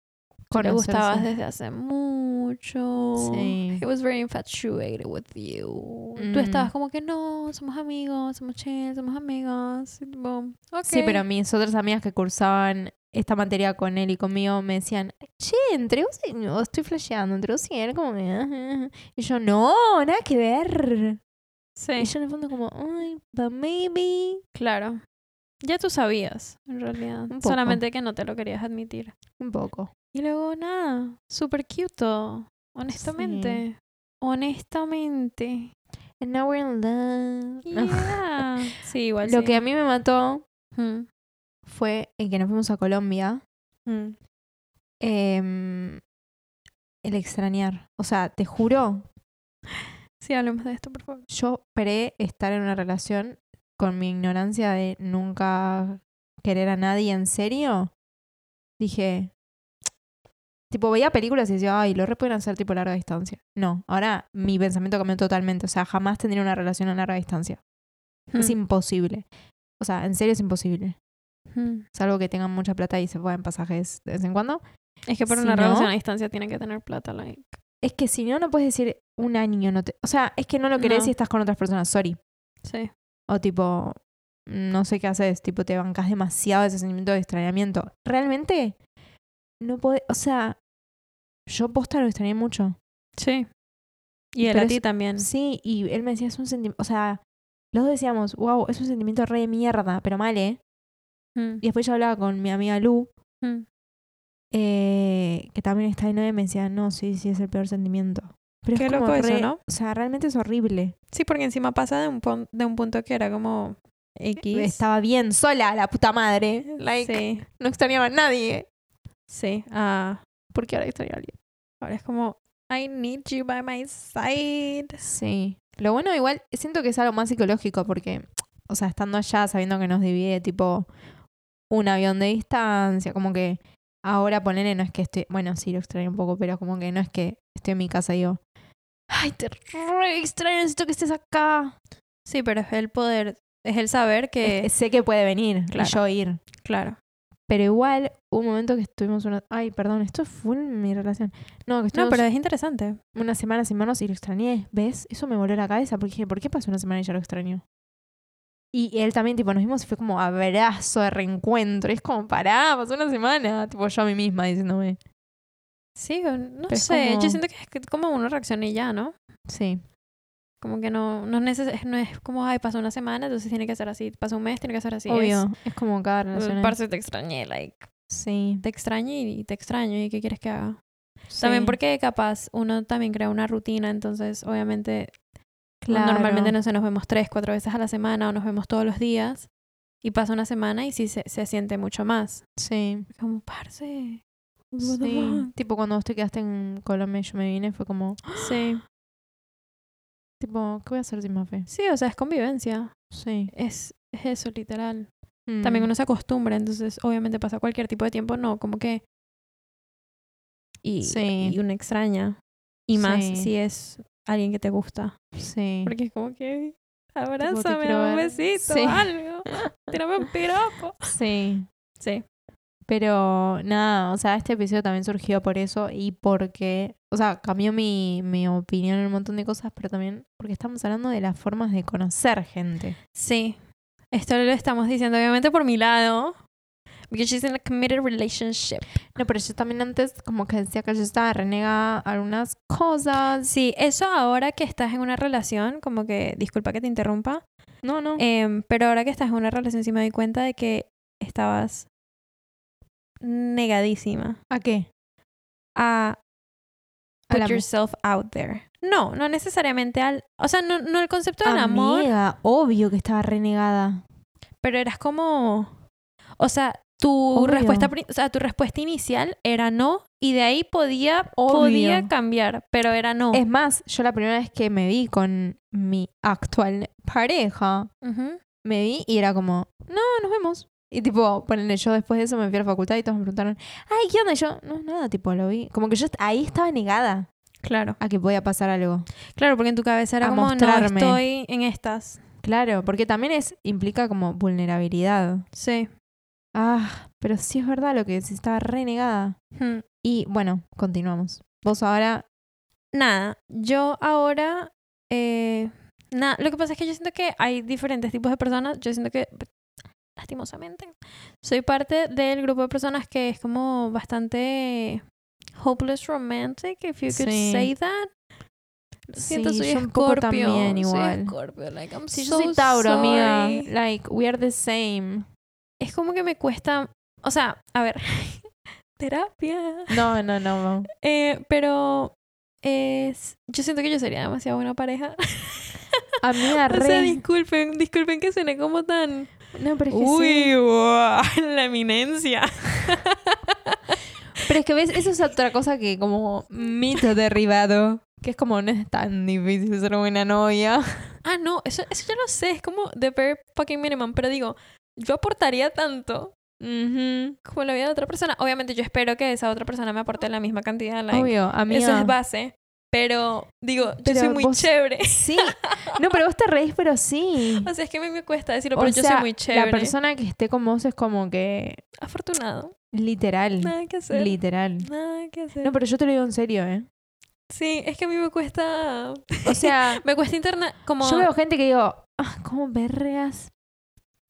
Speaker 2: tú le
Speaker 1: conocerse.
Speaker 2: gustabas desde hace mucho.
Speaker 1: Sí.
Speaker 2: He was very infatuated with you. Tú estabas
Speaker 1: Mm.
Speaker 2: como que no, somos amigos, somos chill, somos amigos. Y tipo,
Speaker 1: Sí,
Speaker 2: "Ok".
Speaker 1: pero mis otras amigas que cursaban esta materia con él y conmigo me decían, che, entre vos y no, estoy flasheando, entre vos y él como que, ah, ah". Y yo, no, nada que ver.
Speaker 2: Sí.
Speaker 1: Y yo en el fondo como, ay, but maybe.
Speaker 2: Claro. Ya tú sabías, en realidad.
Speaker 1: poco.
Speaker 2: Solamente que no te lo querías admitir.
Speaker 1: Un poco.
Speaker 2: Y luego nada, súper cute. Honestamente. Honestamente.
Speaker 1: And now we're in love.
Speaker 2: Yeah. sí, igual.
Speaker 1: Lo
Speaker 2: sí.
Speaker 1: que a mí me mató
Speaker 2: Mm,
Speaker 1: fue en que nos fuimos a Colombia.
Speaker 2: mm.
Speaker 1: em, el extrañar. O sea, te juro,
Speaker 2: Sí, hablemos de esto, por favor.
Speaker 1: yo esperé estar en una relación con mi ignorancia de nunca querer a nadie en serio. Dije, tipo, veía películas y decía, ay, lo re pueden hacer tipo larga distancia. No, ahora mi pensamiento cambió totalmente. O sea, jamás tendría una relación a larga distancia. Es
Speaker 2: Mm,
Speaker 1: imposible. O sea, en serio es imposible.
Speaker 2: mm.
Speaker 1: Salvo que tengan mucha plata y se puedan pasajes de vez en cuando.
Speaker 2: Es que por
Speaker 1: Si
Speaker 2: una
Speaker 1: no-
Speaker 2: relación a distancia tienen que tener plata, like.
Speaker 1: Es que si no, no puedes decir un año. No te... O sea, es que no lo querés
Speaker 2: No.
Speaker 1: si estás con otras personas. Sorry.
Speaker 2: Sí.
Speaker 1: O tipo, no sé qué haces, tipo, te bancas demasiado ese sentimiento de extrañamiento. Realmente, no puede, o sea, yo posta lo extrañé mucho.
Speaker 2: Sí. Y él
Speaker 1: Pero
Speaker 2: a
Speaker 1: es-
Speaker 2: ti también.
Speaker 1: Sí, y él me decía, es un sentimiento, o sea, los dos decíamos, wow, es un sentimiento re de mierda, pero mal, ¿eh?
Speaker 2: Mm,
Speaker 1: Y después yo hablaba con mi amiga Lu,
Speaker 2: mm.
Speaker 1: eh, que también está en 9, y me decía, no, sí, sí, es el peor sentimiento. Pero
Speaker 2: Qué
Speaker 1: es como
Speaker 2: loco eso,
Speaker 1: re-
Speaker 2: ¿no?
Speaker 1: O sea, realmente es horrible.
Speaker 2: Sí, porque encima pasa de un, pon- de un punto que era como X.
Speaker 1: Estaba bien sola, la puta madre. Like,
Speaker 2: Sí.
Speaker 1: no extrañaba a nadie.
Speaker 2: Sí. Ah.
Speaker 1: Porque ahora extraño a alguien.
Speaker 2: Ahora es como, I need you by my side.
Speaker 1: Sí. Lo bueno igual, siento que es algo más psicológico porque, o sea, estando allá, sabiendo que nos divide tipo un avión de distancia, como que ahora ponerle no es que estoy, bueno, sí lo extraño un poco, pero como que no es que estoy en mi casa y digo, ay, te re extraño, necesito que estés acá.
Speaker 2: Sí, pero es el poder, es el saber que...
Speaker 1: Es- sé que puede venir
Speaker 2: Claro.
Speaker 1: y yo ir.
Speaker 2: claro.
Speaker 1: Pero igual, hubo un momento que estuvimos una... Ay, perdón, esto es full mi relación. No, que
Speaker 2: No,
Speaker 1: estuvimos
Speaker 2: pero es interesante.
Speaker 1: una semana sin manos y lo extrañé. ¿Ves? Eso me voló la cabeza porque dije, ¿por qué pasó una semana y ya lo extraño? Y él también, tipo, nos vimos y fue como abrazo de reencuentro. Y es como, pará, pasó una semana. Tipo, yo a mí misma diciéndome.
Speaker 2: Sí, o no
Speaker 1: Pero es
Speaker 2: sé.
Speaker 1: como-
Speaker 2: Yo siento que es que- como una reacción y ya, ¿no?
Speaker 1: Sí.
Speaker 2: Como que no, no, es, neces- no es como, ay, pasó una semana, entonces tiene que ser así. Pasó un mes, tiene que ser así.
Speaker 1: Obvio. Es, como cada
Speaker 2: Es,
Speaker 1: relación. es-
Speaker 2: Mm, parce, te extrañé, like.
Speaker 1: Sí.
Speaker 2: Ah, Te extrañé y te extraño. ¿Y qué quieres que haga?
Speaker 1: sí,
Speaker 2: También porque capaz uno también crea una rutina, entonces obviamente Normalmente, no sé, nos vemos tres, cuatro veces a la semana o nos vemos todos los días. Y pasa una semana y sí se, se siente mucho más.
Speaker 1: Sí.
Speaker 2: Es Como, parce. what the
Speaker 1: sí.
Speaker 2: fuck?"
Speaker 1: Tipo, cuando vos te quedaste en Colombia y yo me vine, fue como,
Speaker 2: Sí.
Speaker 1: "Ah, Tipo, ¿qué voy a hacer sin Mafe?
Speaker 2: Sí, o sea, es convivencia.
Speaker 1: Sí.
Speaker 2: Es, es eso, literal.
Speaker 1: Mm.
Speaker 2: También uno se acostumbra, entonces obviamente pasa cualquier tipo de tiempo, no, como que... Y,
Speaker 1: Sí.
Speaker 2: y una extraña. Y más
Speaker 1: Sí.
Speaker 2: si es alguien que te gusta.
Speaker 1: Sí.
Speaker 2: Porque es como que... Abrázame,
Speaker 1: quiero
Speaker 2: dame un
Speaker 1: ver".
Speaker 2: besito,
Speaker 1: Sí.
Speaker 2: algo. Tírame un piropo.
Speaker 1: Sí.
Speaker 2: Sí.
Speaker 1: Pero nada, o sea, este episodio también surgió por eso y porque, o sea, cambió mi, mi opinión en un montón de cosas, pero también porque estamos hablando de las formas de conocer gente.
Speaker 2: Sí. Esto lo estamos diciendo obviamente por mi lado. Because she's in a committed relationship.
Speaker 1: No, pero yo también antes como que decía que yo estaba renegada a algunas cosas.
Speaker 2: Sí, eso ahora que estás en una relación, como que, disculpa que te interrumpa,
Speaker 1: No, no.
Speaker 2: em, pero ahora que estás en una relación sí me doy cuenta de que estabas negadísima
Speaker 1: ¿A qué?
Speaker 2: a
Speaker 1: Al
Speaker 2: put
Speaker 1: amor.
Speaker 2: yourself out there. No, no necesariamente al, o sea, no, no el concepto del amor,
Speaker 1: Amiga, obvio que estaba renegada.
Speaker 2: pero eras como o sea tu
Speaker 1: Obvio.
Speaker 2: respuesta pri- o sea, tu respuesta inicial era no y de ahí podía
Speaker 1: Obvio.
Speaker 2: podía cambiar pero era no
Speaker 1: Es más, yo la primera vez que me vi con mi actual pareja,
Speaker 2: Ujú.
Speaker 1: me vi y era como, no, nos vemos. Y tipo, ponele, yo después de eso me fui a la facultad y todos me preguntaron, ay, ¿qué onda? Y yo, no, nada, tipo, lo vi. Como que yo est- ahí estaba negada
Speaker 2: claro
Speaker 1: a que podía pasar algo.
Speaker 2: claro porque en tu cabeza era
Speaker 1: A
Speaker 2: como
Speaker 1: mostrarme.
Speaker 2: no estoy en estas
Speaker 1: Claro, porque también es implica como vulnerabilidad.
Speaker 2: sí
Speaker 1: Ah, pero sí es verdad lo que se estaba renegada.
Speaker 2: Hmm.
Speaker 1: Y bueno, continuamos. Vos ahora,
Speaker 2: nada yo ahora eh, nada lo que pasa es que yo siento que hay diferentes tipos de personas yo siento que lastimosamente soy parte del grupo de personas que es como bastante hopeless romantic if you could
Speaker 1: Sí.
Speaker 2: say that Siento
Speaker 1: sí,
Speaker 2: soy
Speaker 1: yo un poco
Speaker 2: Scorpio.
Speaker 1: también
Speaker 2: soy
Speaker 1: igual.
Speaker 2: Scorpio, like, I'm
Speaker 1: Sí,
Speaker 2: so
Speaker 1: yo soy Tauro, amiga.
Speaker 2: sorry.
Speaker 1: Like, we are the same.
Speaker 2: Es como que me cuesta, o sea, a ver, terapia.
Speaker 1: No, no, no. no.
Speaker 2: Eh, pero es, yo siento que yo sería demasiado buena pareja.
Speaker 1: Amiga,
Speaker 2: o sea,
Speaker 1: re.
Speaker 2: disculpen, disculpen que suene como tan.
Speaker 1: No, pero es que sí.
Speaker 2: Uy, wow, la eminencia.
Speaker 1: Pero es que ves, eso es otra cosa que como mito derribado. Que es como no es tan difícil ser buena novia.
Speaker 2: Ah, no, eso, eso ya lo sé, es como the very fucking minimum, pero digo, yo aportaría tanto como la vida de otra persona. Obviamente yo espero que esa otra persona me aporte la misma cantidad, like,
Speaker 1: Obvio, amiga.
Speaker 2: Eso es base. Pero, digo, yo soy
Speaker 1: Pero
Speaker 2: muy
Speaker 1: vos-
Speaker 2: chévere.
Speaker 1: Sí. No, pero vos te reís, pero sí.
Speaker 2: O sea, es que a mí me cuesta decirlo,
Speaker 1: O
Speaker 2: pero yo soy
Speaker 1: sea,
Speaker 2: muy chévere.
Speaker 1: La persona que esté con vos es como que
Speaker 2: Afortunado.
Speaker 1: literal.
Speaker 2: Nada que hacer.
Speaker 1: Literal.
Speaker 2: Nada que hacer.
Speaker 1: No, pero yo te lo digo en serio, ¿eh?
Speaker 2: Sí, es que a mí me cuesta.
Speaker 1: O sea,
Speaker 2: Me cuesta interna. Como.
Speaker 1: yo veo gente que digo, ah, ¿cómo vergas?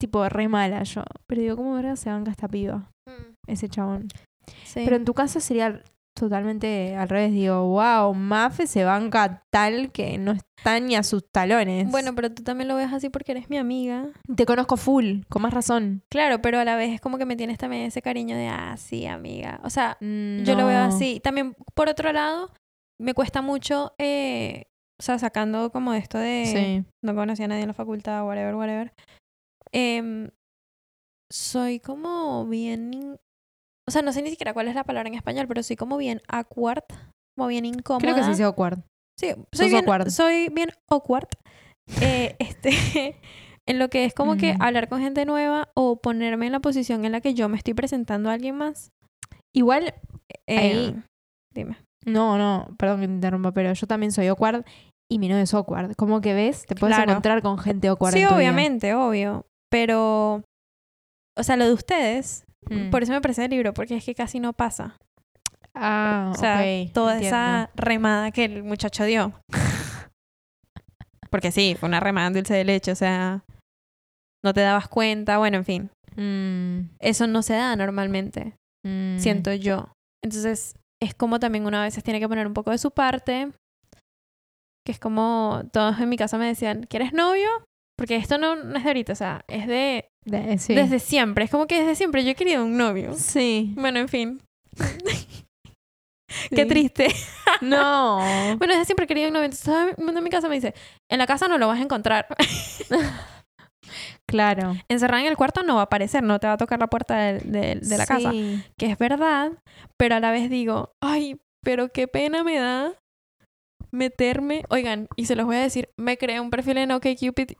Speaker 1: Tipo, re mala yo. Pero digo, ¿cómo vergas se banca esta piba?
Speaker 2: Mm,
Speaker 1: Ese chabón.
Speaker 2: sí.
Speaker 1: Pero en tu caso sería al- totalmente al revés. Digo, wow, Mafe se banca tal que no está ni a sus talones.
Speaker 2: Bueno, pero tú también lo ves así porque eres mi amiga.
Speaker 1: te conozco full, con más razón.
Speaker 2: Claro, pero a la vez es como que me tienes también ese cariño de, ah, sí, amiga. O sea, Mm, yo lo veo
Speaker 1: No.
Speaker 2: así. También, por otro lado, me cuesta mucho. eh, o sea, sacando como esto de.
Speaker 1: Sí.
Speaker 2: no conocía a nadie en la facultad, whatever, whatever. Em, soy como bien. in- O sea, no sé ni siquiera cuál es la palabra en español, pero soy como bien awkward, como bien incómoda.
Speaker 1: Creo que se dice awkward.
Speaker 2: Sí, soy
Speaker 1: sos
Speaker 2: bien
Speaker 1: awkward.
Speaker 2: Soy bien awkward. Eh, este, en lo que es como que
Speaker 1: Mm.
Speaker 2: hablar con gente nueva o ponerme en la posición en la que yo me estoy presentando a alguien más.
Speaker 1: Igual,
Speaker 2: Eh,
Speaker 1: Ahí-
Speaker 2: Dime.
Speaker 1: no, no, perdón que te interrumpa, pero yo también soy awkward y mi novio es awkward. Como que ves, te puedes
Speaker 2: Claro.
Speaker 1: encontrar con gente awkward.
Speaker 2: Sí,
Speaker 1: en tu vida.
Speaker 2: obviamente, obvio. Pero. O sea, lo de ustedes,
Speaker 1: Mm.
Speaker 2: por eso me parece el libro, porque es que casi no pasa.
Speaker 1: Ah,
Speaker 2: O sea,
Speaker 1: ok,
Speaker 2: toda
Speaker 1: entiendo.
Speaker 2: esa remada que el muchacho dio. Porque sí, fue una remada en dulce de leche, o sea, no te dabas cuenta, bueno, en fin,
Speaker 1: Mm,
Speaker 2: eso no se da normalmente,
Speaker 1: mm.
Speaker 2: siento yo. Entonces, es como también uno a veces tiene que poner un poco de su parte, que es como todos en mi casa me decían, ¿quieres novio? Porque esto no, no es de ahorita, o sea, es de
Speaker 1: De- eh, sí.
Speaker 2: desde siempre, es como que desde siempre yo he querido un novio.
Speaker 1: Sí.
Speaker 2: Bueno, en fin. Qué
Speaker 1: Sí.
Speaker 2: triste.
Speaker 1: No.
Speaker 2: Bueno, desde siempre quería un novio. Entonces todo el mundo en mi casa me dice, en la casa no lo vas a encontrar.
Speaker 1: claro.
Speaker 2: Encerrada en el cuarto no va a aparecer, no te va a tocar la puerta del- del- de, la casa.
Speaker 1: Sí.
Speaker 2: Que es verdad, pero a la vez digo, ay, pero qué pena me da meterme. Oigan, y se los voy a decir, me creé un perfil en OkCupid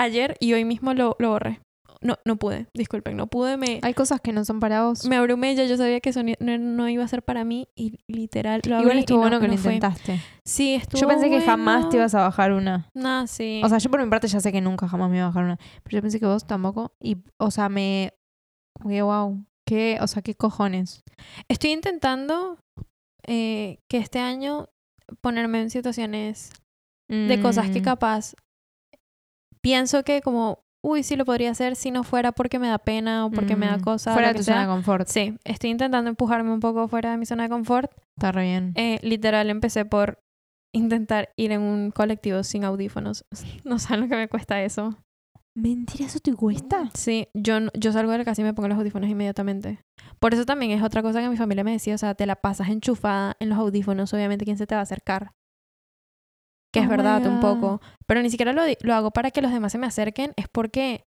Speaker 2: ayer y hoy mismo lo, lo borré. No, no pude, disculpen, no pude, me,
Speaker 1: Hay cosas que no son para vos.
Speaker 2: me abrumé, ya yo sabía que eso ni- no, no iba a ser para mí y literal lo abrí
Speaker 1: Igual
Speaker 2: y
Speaker 1: estuvo
Speaker 2: no-
Speaker 1: bueno que
Speaker 2: no
Speaker 1: lo
Speaker 2: fue.
Speaker 1: intentaste.
Speaker 2: Sí, estuvo
Speaker 1: Yo pensé que jamás te
Speaker 2: bueno.
Speaker 1: ibas a bajar una.
Speaker 2: No, sí.
Speaker 1: O sea, yo por mi parte ya sé que nunca jamás me iba a bajar una. Pero yo pensé que vos tampoco. Y, o sea, me. como que, wow. ¿Qué? O sea, qué cojones.
Speaker 2: Estoy intentando eh, que este año ponerme en situaciones de cosas que
Speaker 1: Mm,
Speaker 2: capaz pienso que como, uy, sí lo podría hacer si no fuera porque me da pena o porque me da
Speaker 1: mm,
Speaker 2: cosa.
Speaker 1: Fuera
Speaker 2: lo
Speaker 1: de tu
Speaker 2: que
Speaker 1: zona
Speaker 2: sea.
Speaker 1: de confort.
Speaker 2: Sí, estoy intentando empujarme un poco fuera de mi zona de confort.
Speaker 1: Está re bien.
Speaker 2: Eh, literal, empecé por intentar ir en un colectivo sin audífonos. No saben lo que me cuesta eso.
Speaker 1: Mentira, ¿eso te cuesta?
Speaker 2: Sí, yo, no- yo salgo de la casa y me pongo los audífonos inmediatamente. Por eso también es otra cosa que mi familia me decía, o sea, te la pasas enchufada en los audífonos, obviamente quién se te va a acercar. Que es
Speaker 1: Oh my
Speaker 2: verdad
Speaker 1: God.
Speaker 2: un poco. Pero ni siquiera lo, di- lo hago para que los demás se me acerquen, es porque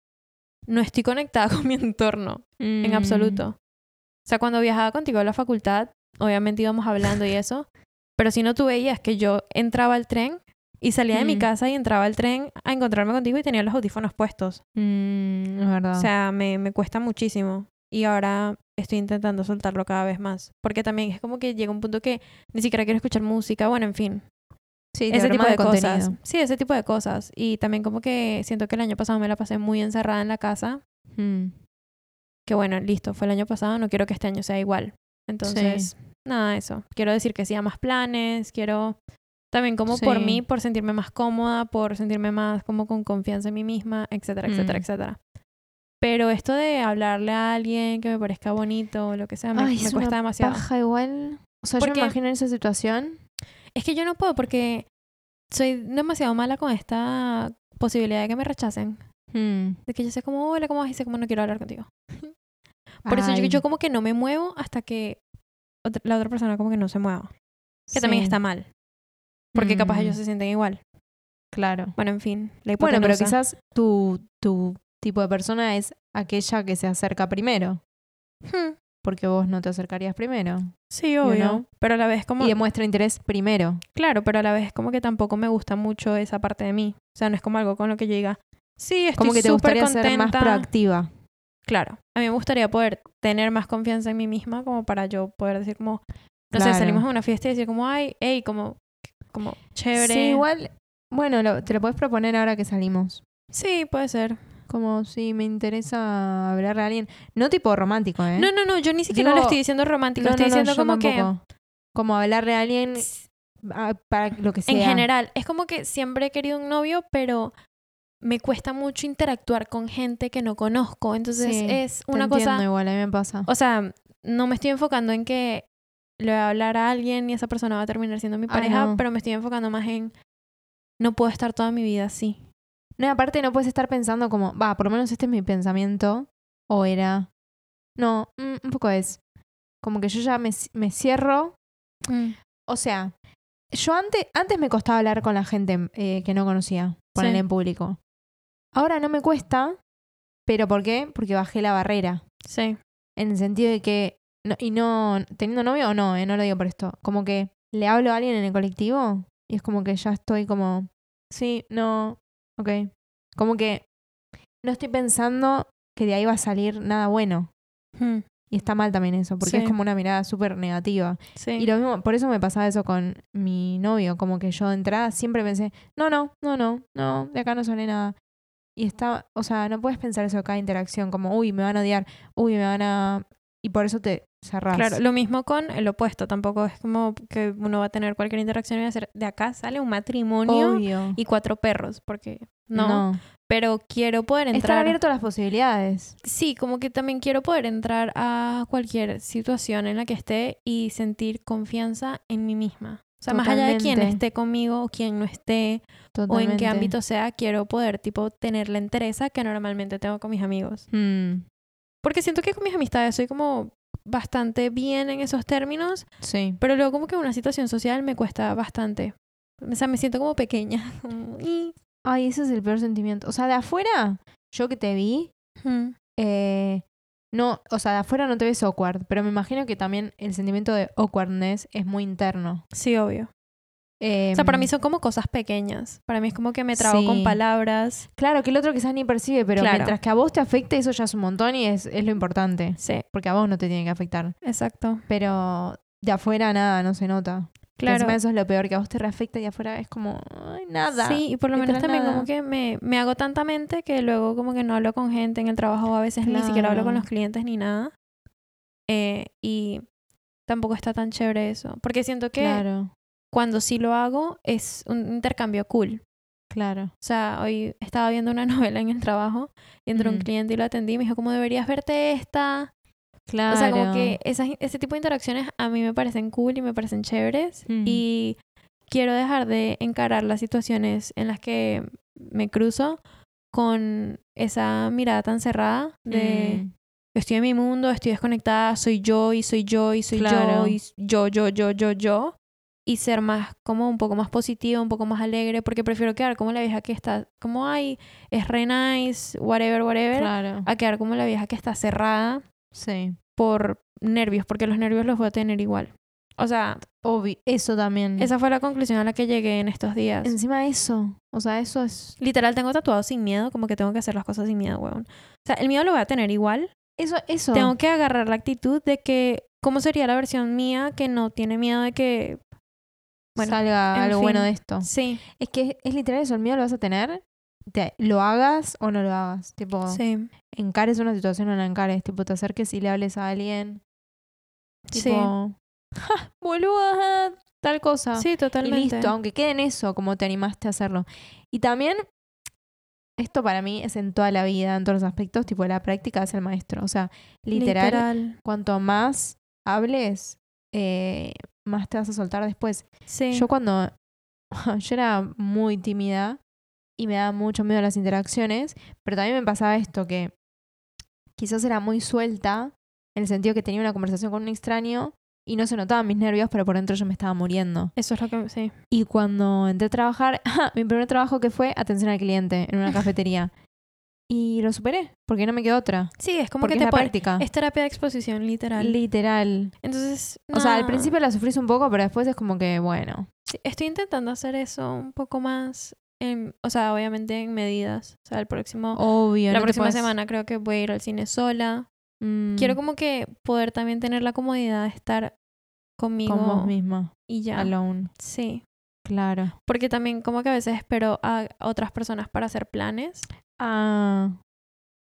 Speaker 2: no estoy conectada con mi entorno,
Speaker 1: Mm,
Speaker 2: en absoluto. O sea, cuando viajaba contigo a la facultad, obviamente íbamos hablando y eso, pero si no tú veías que yo entraba al tren y salía de mi
Speaker 1: Mm.
Speaker 2: casa y entraba al tren a encontrarme contigo y tenía los audífonos puestos.
Speaker 1: Mm, es verdad.
Speaker 2: O sea, me, me cuesta muchísimo. Y ahora estoy intentando soltarlo cada vez más. Porque también es como que llega un punto que ni siquiera quiero escuchar música. Bueno, en fin.
Speaker 1: sí, te
Speaker 2: Ese
Speaker 1: abruma
Speaker 2: tipo de,
Speaker 1: el contenido.
Speaker 2: cosas. Sí, ese tipo de cosas. Y también como que siento que el año pasado me la pasé muy encerrada en la casa.
Speaker 1: Mm.
Speaker 2: Que bueno, listo, fue el año pasado. No quiero que este año sea igual. Entonces, nada, eso. Quiero decir que sí a más planes. Quiero también como por
Speaker 1: Sí.
Speaker 2: mí, por sentirme más cómoda, por sentirme más como con confianza en mí misma, etcétera, etcétera,
Speaker 1: Mm.
Speaker 2: etcétera. Pero esto de hablarle a alguien que me parezca bonito o lo que sea, me,
Speaker 1: Ay,
Speaker 2: me
Speaker 1: es una
Speaker 2: cuesta demasiado.
Speaker 1: Paja igual. O sea,
Speaker 2: ¿Por
Speaker 1: yo
Speaker 2: qué?
Speaker 1: me imagino en esa situación.
Speaker 2: Es que yo no puedo porque soy demasiado mala con esta posibilidad de que me rechacen.
Speaker 1: Mm.
Speaker 2: De que yo sé como, hola, ¿cómo vas? Y sé como, no quiero hablar contigo. Por eso yo,
Speaker 1: Ay,
Speaker 2: yo como que no me muevo hasta que otra- la otra persona como que no se mueva. Que también
Speaker 1: sí.
Speaker 2: está mal. Porque capaz
Speaker 1: Mm,
Speaker 2: ellos se sienten igual.
Speaker 1: Claro.
Speaker 2: Bueno, en fin. La
Speaker 1: Bueno, pero
Speaker 2: hipotenusa.
Speaker 1: quizás tu, tu tipo de persona es aquella que se acerca primero.
Speaker 2: Hmm,
Speaker 1: Porque vos no te acercarías primero.
Speaker 2: Sí,
Speaker 1: You
Speaker 2: obvio.
Speaker 1: know?
Speaker 2: Pero a la vez como...
Speaker 1: Y demuestra interés primero.
Speaker 2: Claro, pero a la vez como que tampoco me gusta mucho esa parte de mí. O sea, no es como algo con lo que yo diga, sí, estoy
Speaker 1: Como que te
Speaker 2: súper
Speaker 1: gustaría ser más
Speaker 2: contenta.
Speaker 1: proactiva.
Speaker 2: Claro. A mí me gustaría poder tener más confianza en mí misma como para yo poder decir como... No sé,
Speaker 1: Claro.
Speaker 2: salimos a una fiesta y decir como, ay, hey, como... Como chévere.
Speaker 1: Sí, igual. Bueno, lo- te lo puedes proponer ahora que salimos.
Speaker 2: Sí, puede ser.
Speaker 1: Como si me interesa hablar a alguien. No tipo romántico, ¿eh?
Speaker 2: No, no, no, yo ni siquiera
Speaker 1: Digo-
Speaker 2: lo estoy diciendo romántico,
Speaker 1: No,
Speaker 2: estoy
Speaker 1: no, no,
Speaker 2: diciendo
Speaker 1: yo
Speaker 2: como que...
Speaker 1: tampoco. Como hablarle a alguien ah, para lo que sea.
Speaker 2: En general, es como que siempre he querido un novio, pero me cuesta mucho interactuar con gente que no conozco. Entonces
Speaker 1: Sí,
Speaker 2: es
Speaker 1: Te
Speaker 2: una
Speaker 1: entiendo
Speaker 2: cosa...
Speaker 1: igual, a mí me pasa.
Speaker 2: O sea, no me estoy enfocando en que le voy a hablar a alguien y esa persona va a terminar siendo mi
Speaker 1: Ah,
Speaker 2: pareja,
Speaker 1: no.
Speaker 2: pero me estoy enfocando más en... No puedo estar toda mi vida así.
Speaker 1: No, y aparte no puedes estar pensando como, va, por lo menos este es mi pensamiento. O era. No, mm, un poco es. Como que yo ya me, ci- me cierro. Mm. O sea, yo antes, antes me costaba hablar con la gente eh, que no conocía, ponerle
Speaker 2: Sí.
Speaker 1: en público. Ahora no me cuesta, pero ¿por qué? Porque bajé la barrera.
Speaker 2: Sí.
Speaker 1: En el sentido de que. no- y no. Teniendo novio o no, eh, no lo digo por esto. Como que le hablo a alguien en el colectivo y es como que ya estoy como. Sí, no. Ok. Como que. No estoy pensando que de ahí va a salir nada bueno. Y está mal también eso, porque
Speaker 2: Sí.
Speaker 1: es como una mirada súper negativa.
Speaker 2: Sí.
Speaker 1: Y lo mismo, por eso me pasaba eso con mi novio. Como que yo de entrada siempre pensé, no, no, no, no, no, de acá no sale nada. Y está, o sea, no puedes pensar eso de cada interacción, como, uy, me van a odiar, uy, me van a. Y por eso te cerrás.
Speaker 2: Claro, lo mismo con el opuesto. Tampoco es como que uno va a tener cualquier interacción y va a ser, de acá sale un matrimonio
Speaker 1: obvio.
Speaker 2: y cuatro perros, porque no. Pero quiero poder
Speaker 1: Están
Speaker 2: entrar.
Speaker 1: abiertas las posibilidades.
Speaker 2: Sí, como que también quiero poder entrar a cualquier situación en la que esté y sentir confianza en mí misma. O sea, más allá de quién
Speaker 1: Totalmente.
Speaker 2: esté conmigo o quién no esté
Speaker 1: Totalmente.
Speaker 2: o en qué ámbito sea, quiero poder tipo tener la entereza que normalmente tengo con mis amigos.
Speaker 1: Mm,
Speaker 2: Porque siento que con mis amistades soy como bastante bien en esos términos,
Speaker 1: sí.
Speaker 2: pero luego como que una situación social me cuesta bastante. O sea, me siento como pequeña. como, "Y".
Speaker 1: Ay, ese es el peor sentimiento. O sea, de afuera, yo que te vi,
Speaker 2: Ujú.
Speaker 1: eh, no, o sea, de afuera no te ves awkward, pero me imagino que también el sentimiento de awkwardness es muy interno.
Speaker 2: Sí, obvio. O sea,
Speaker 1: Em,
Speaker 2: para mí son como cosas pequeñas. Para mí es como que me trago
Speaker 1: Sí.
Speaker 2: con palabras.
Speaker 1: Claro, que el otro quizás ni percibe, pero
Speaker 2: Claro.
Speaker 1: mientras que a vos te afecte, eso ya es un montón y es, es lo importante.
Speaker 2: Sí,
Speaker 1: Porque a vos no te tiene que afectar.
Speaker 2: exacto.
Speaker 1: Pero de afuera nada, no se nota. Que
Speaker 2: Claro.
Speaker 1: encima eso es lo peor, que a vos te reafecta y afuera es como, ay, nada.
Speaker 2: Sí, y por lo menos
Speaker 1: literal
Speaker 2: también
Speaker 1: nada.
Speaker 2: como que me, me hago tanta mente que luego como que no hablo con gente en el trabajo, a veces ni siquiera hablo con
Speaker 1: Claro.
Speaker 2: los clientes ni nada. Eh, y tampoco está tan chévere eso. Porque siento que
Speaker 1: Claro,
Speaker 2: cuando sí lo hago es un intercambio cool.
Speaker 1: claro.
Speaker 2: O sea, hoy estaba viendo una novela en el trabajo y entró un
Speaker 1: Ujú.
Speaker 2: cliente y lo atendí y me dijo, ¿cómo deberías verte esta?
Speaker 1: Claro.
Speaker 2: O sea, como que esas, ese tipo de interacciones a mí me parecen cool y me parecen chéveres.
Speaker 1: Ujú.
Speaker 2: Y quiero dejar de encarar las situaciones en las que me cruzo con esa mirada tan cerrada de
Speaker 1: Mm,
Speaker 2: estoy en mi mundo, estoy desconectada, soy yo y soy yo y soy
Speaker 1: Claro.
Speaker 2: yo y s- yo, yo, yo, yo, yo. Y ser más, como un poco más positiva, un poco más alegre, porque prefiero quedar como la vieja que está, como ay, es re nice, whatever, whatever,
Speaker 1: Claro.
Speaker 2: a quedar como la vieja que está cerrada
Speaker 1: Sí.
Speaker 2: por nervios, porque los nervios los voy a tener igual. O sea,
Speaker 1: Obvio. Eso también.
Speaker 2: esa fue la conclusión a la que llegué en estos días.
Speaker 1: Encima eso. O sea, eso es.
Speaker 2: Literal, tengo tatuado sin miedo, como que tengo que hacer las cosas sin miedo, weón. O sea, el miedo lo voy a tener igual.
Speaker 1: Eso, eso.
Speaker 2: Tengo que agarrar la actitud de que, ¿cómo sería la versión mía que no tiene miedo de que... bueno, en
Speaker 1: salga algo bueno
Speaker 2: fin.
Speaker 1: de esto.
Speaker 2: Sí,
Speaker 1: Es que es, es literal eso, el miedo lo vas a tener, te- lo hagas o no lo hagas. Tipo,
Speaker 2: sí,
Speaker 1: encares una situación o no la encares. Tipo, te acerques y le hables a alguien.
Speaker 2: sí.
Speaker 1: Tipo, ¡Ja! Boluda, tal cosa.
Speaker 2: Sí,
Speaker 1: Ah. y
Speaker 2: totalmente.
Speaker 1: listo, aunque quede en eso, como te animaste a hacerlo. Y también, esto para mí es en toda la vida, en todos los aspectos, tipo, la práctica es el maestro. O sea, literal,
Speaker 2: Literal.
Speaker 1: cuanto más hables, eh, más te vas a soltar después.
Speaker 2: Sí.
Speaker 1: Yo cuando yo era muy tímida y me daba mucho miedo las interacciones, pero también me pasaba esto que quizás era muy suelta en el sentido que tenía una conversación con un extraño y no se notaban mis nervios, pero por dentro yo me estaba muriendo.
Speaker 2: Eso es lo que... Sí.
Speaker 1: Y cuando entré a trabajar, mi primer trabajo que fue atención al cliente en una cafetería. Y lo superé, porque no me quedó otra.
Speaker 2: Sí, es como
Speaker 1: Porque
Speaker 2: que
Speaker 1: es
Speaker 2: te
Speaker 1: la
Speaker 2: pones...
Speaker 1: práctica.
Speaker 2: Es terapia de exposición, literal.
Speaker 1: Literal.
Speaker 2: Entonces...
Speaker 1: O sea, al
Speaker 2: nada.
Speaker 1: principio la sufrís un poco, pero después es como que, bueno.
Speaker 2: Sí, estoy intentando hacer eso un poco más, en- o sea, obviamente en medidas. O sea, el próximo,
Speaker 1: Obvio.
Speaker 2: la
Speaker 1: no te
Speaker 2: próxima
Speaker 1: puedes-
Speaker 2: semana creo que voy a ir al cine sola.
Speaker 1: Mm,
Speaker 2: Quiero como que poder también tener la comodidad de estar conmigo
Speaker 1: con vos misma.
Speaker 2: y ya.
Speaker 1: Alone.
Speaker 2: Sí,
Speaker 1: Claro.
Speaker 2: porque también como que a veces espero a otras personas para hacer planes
Speaker 1: Ah.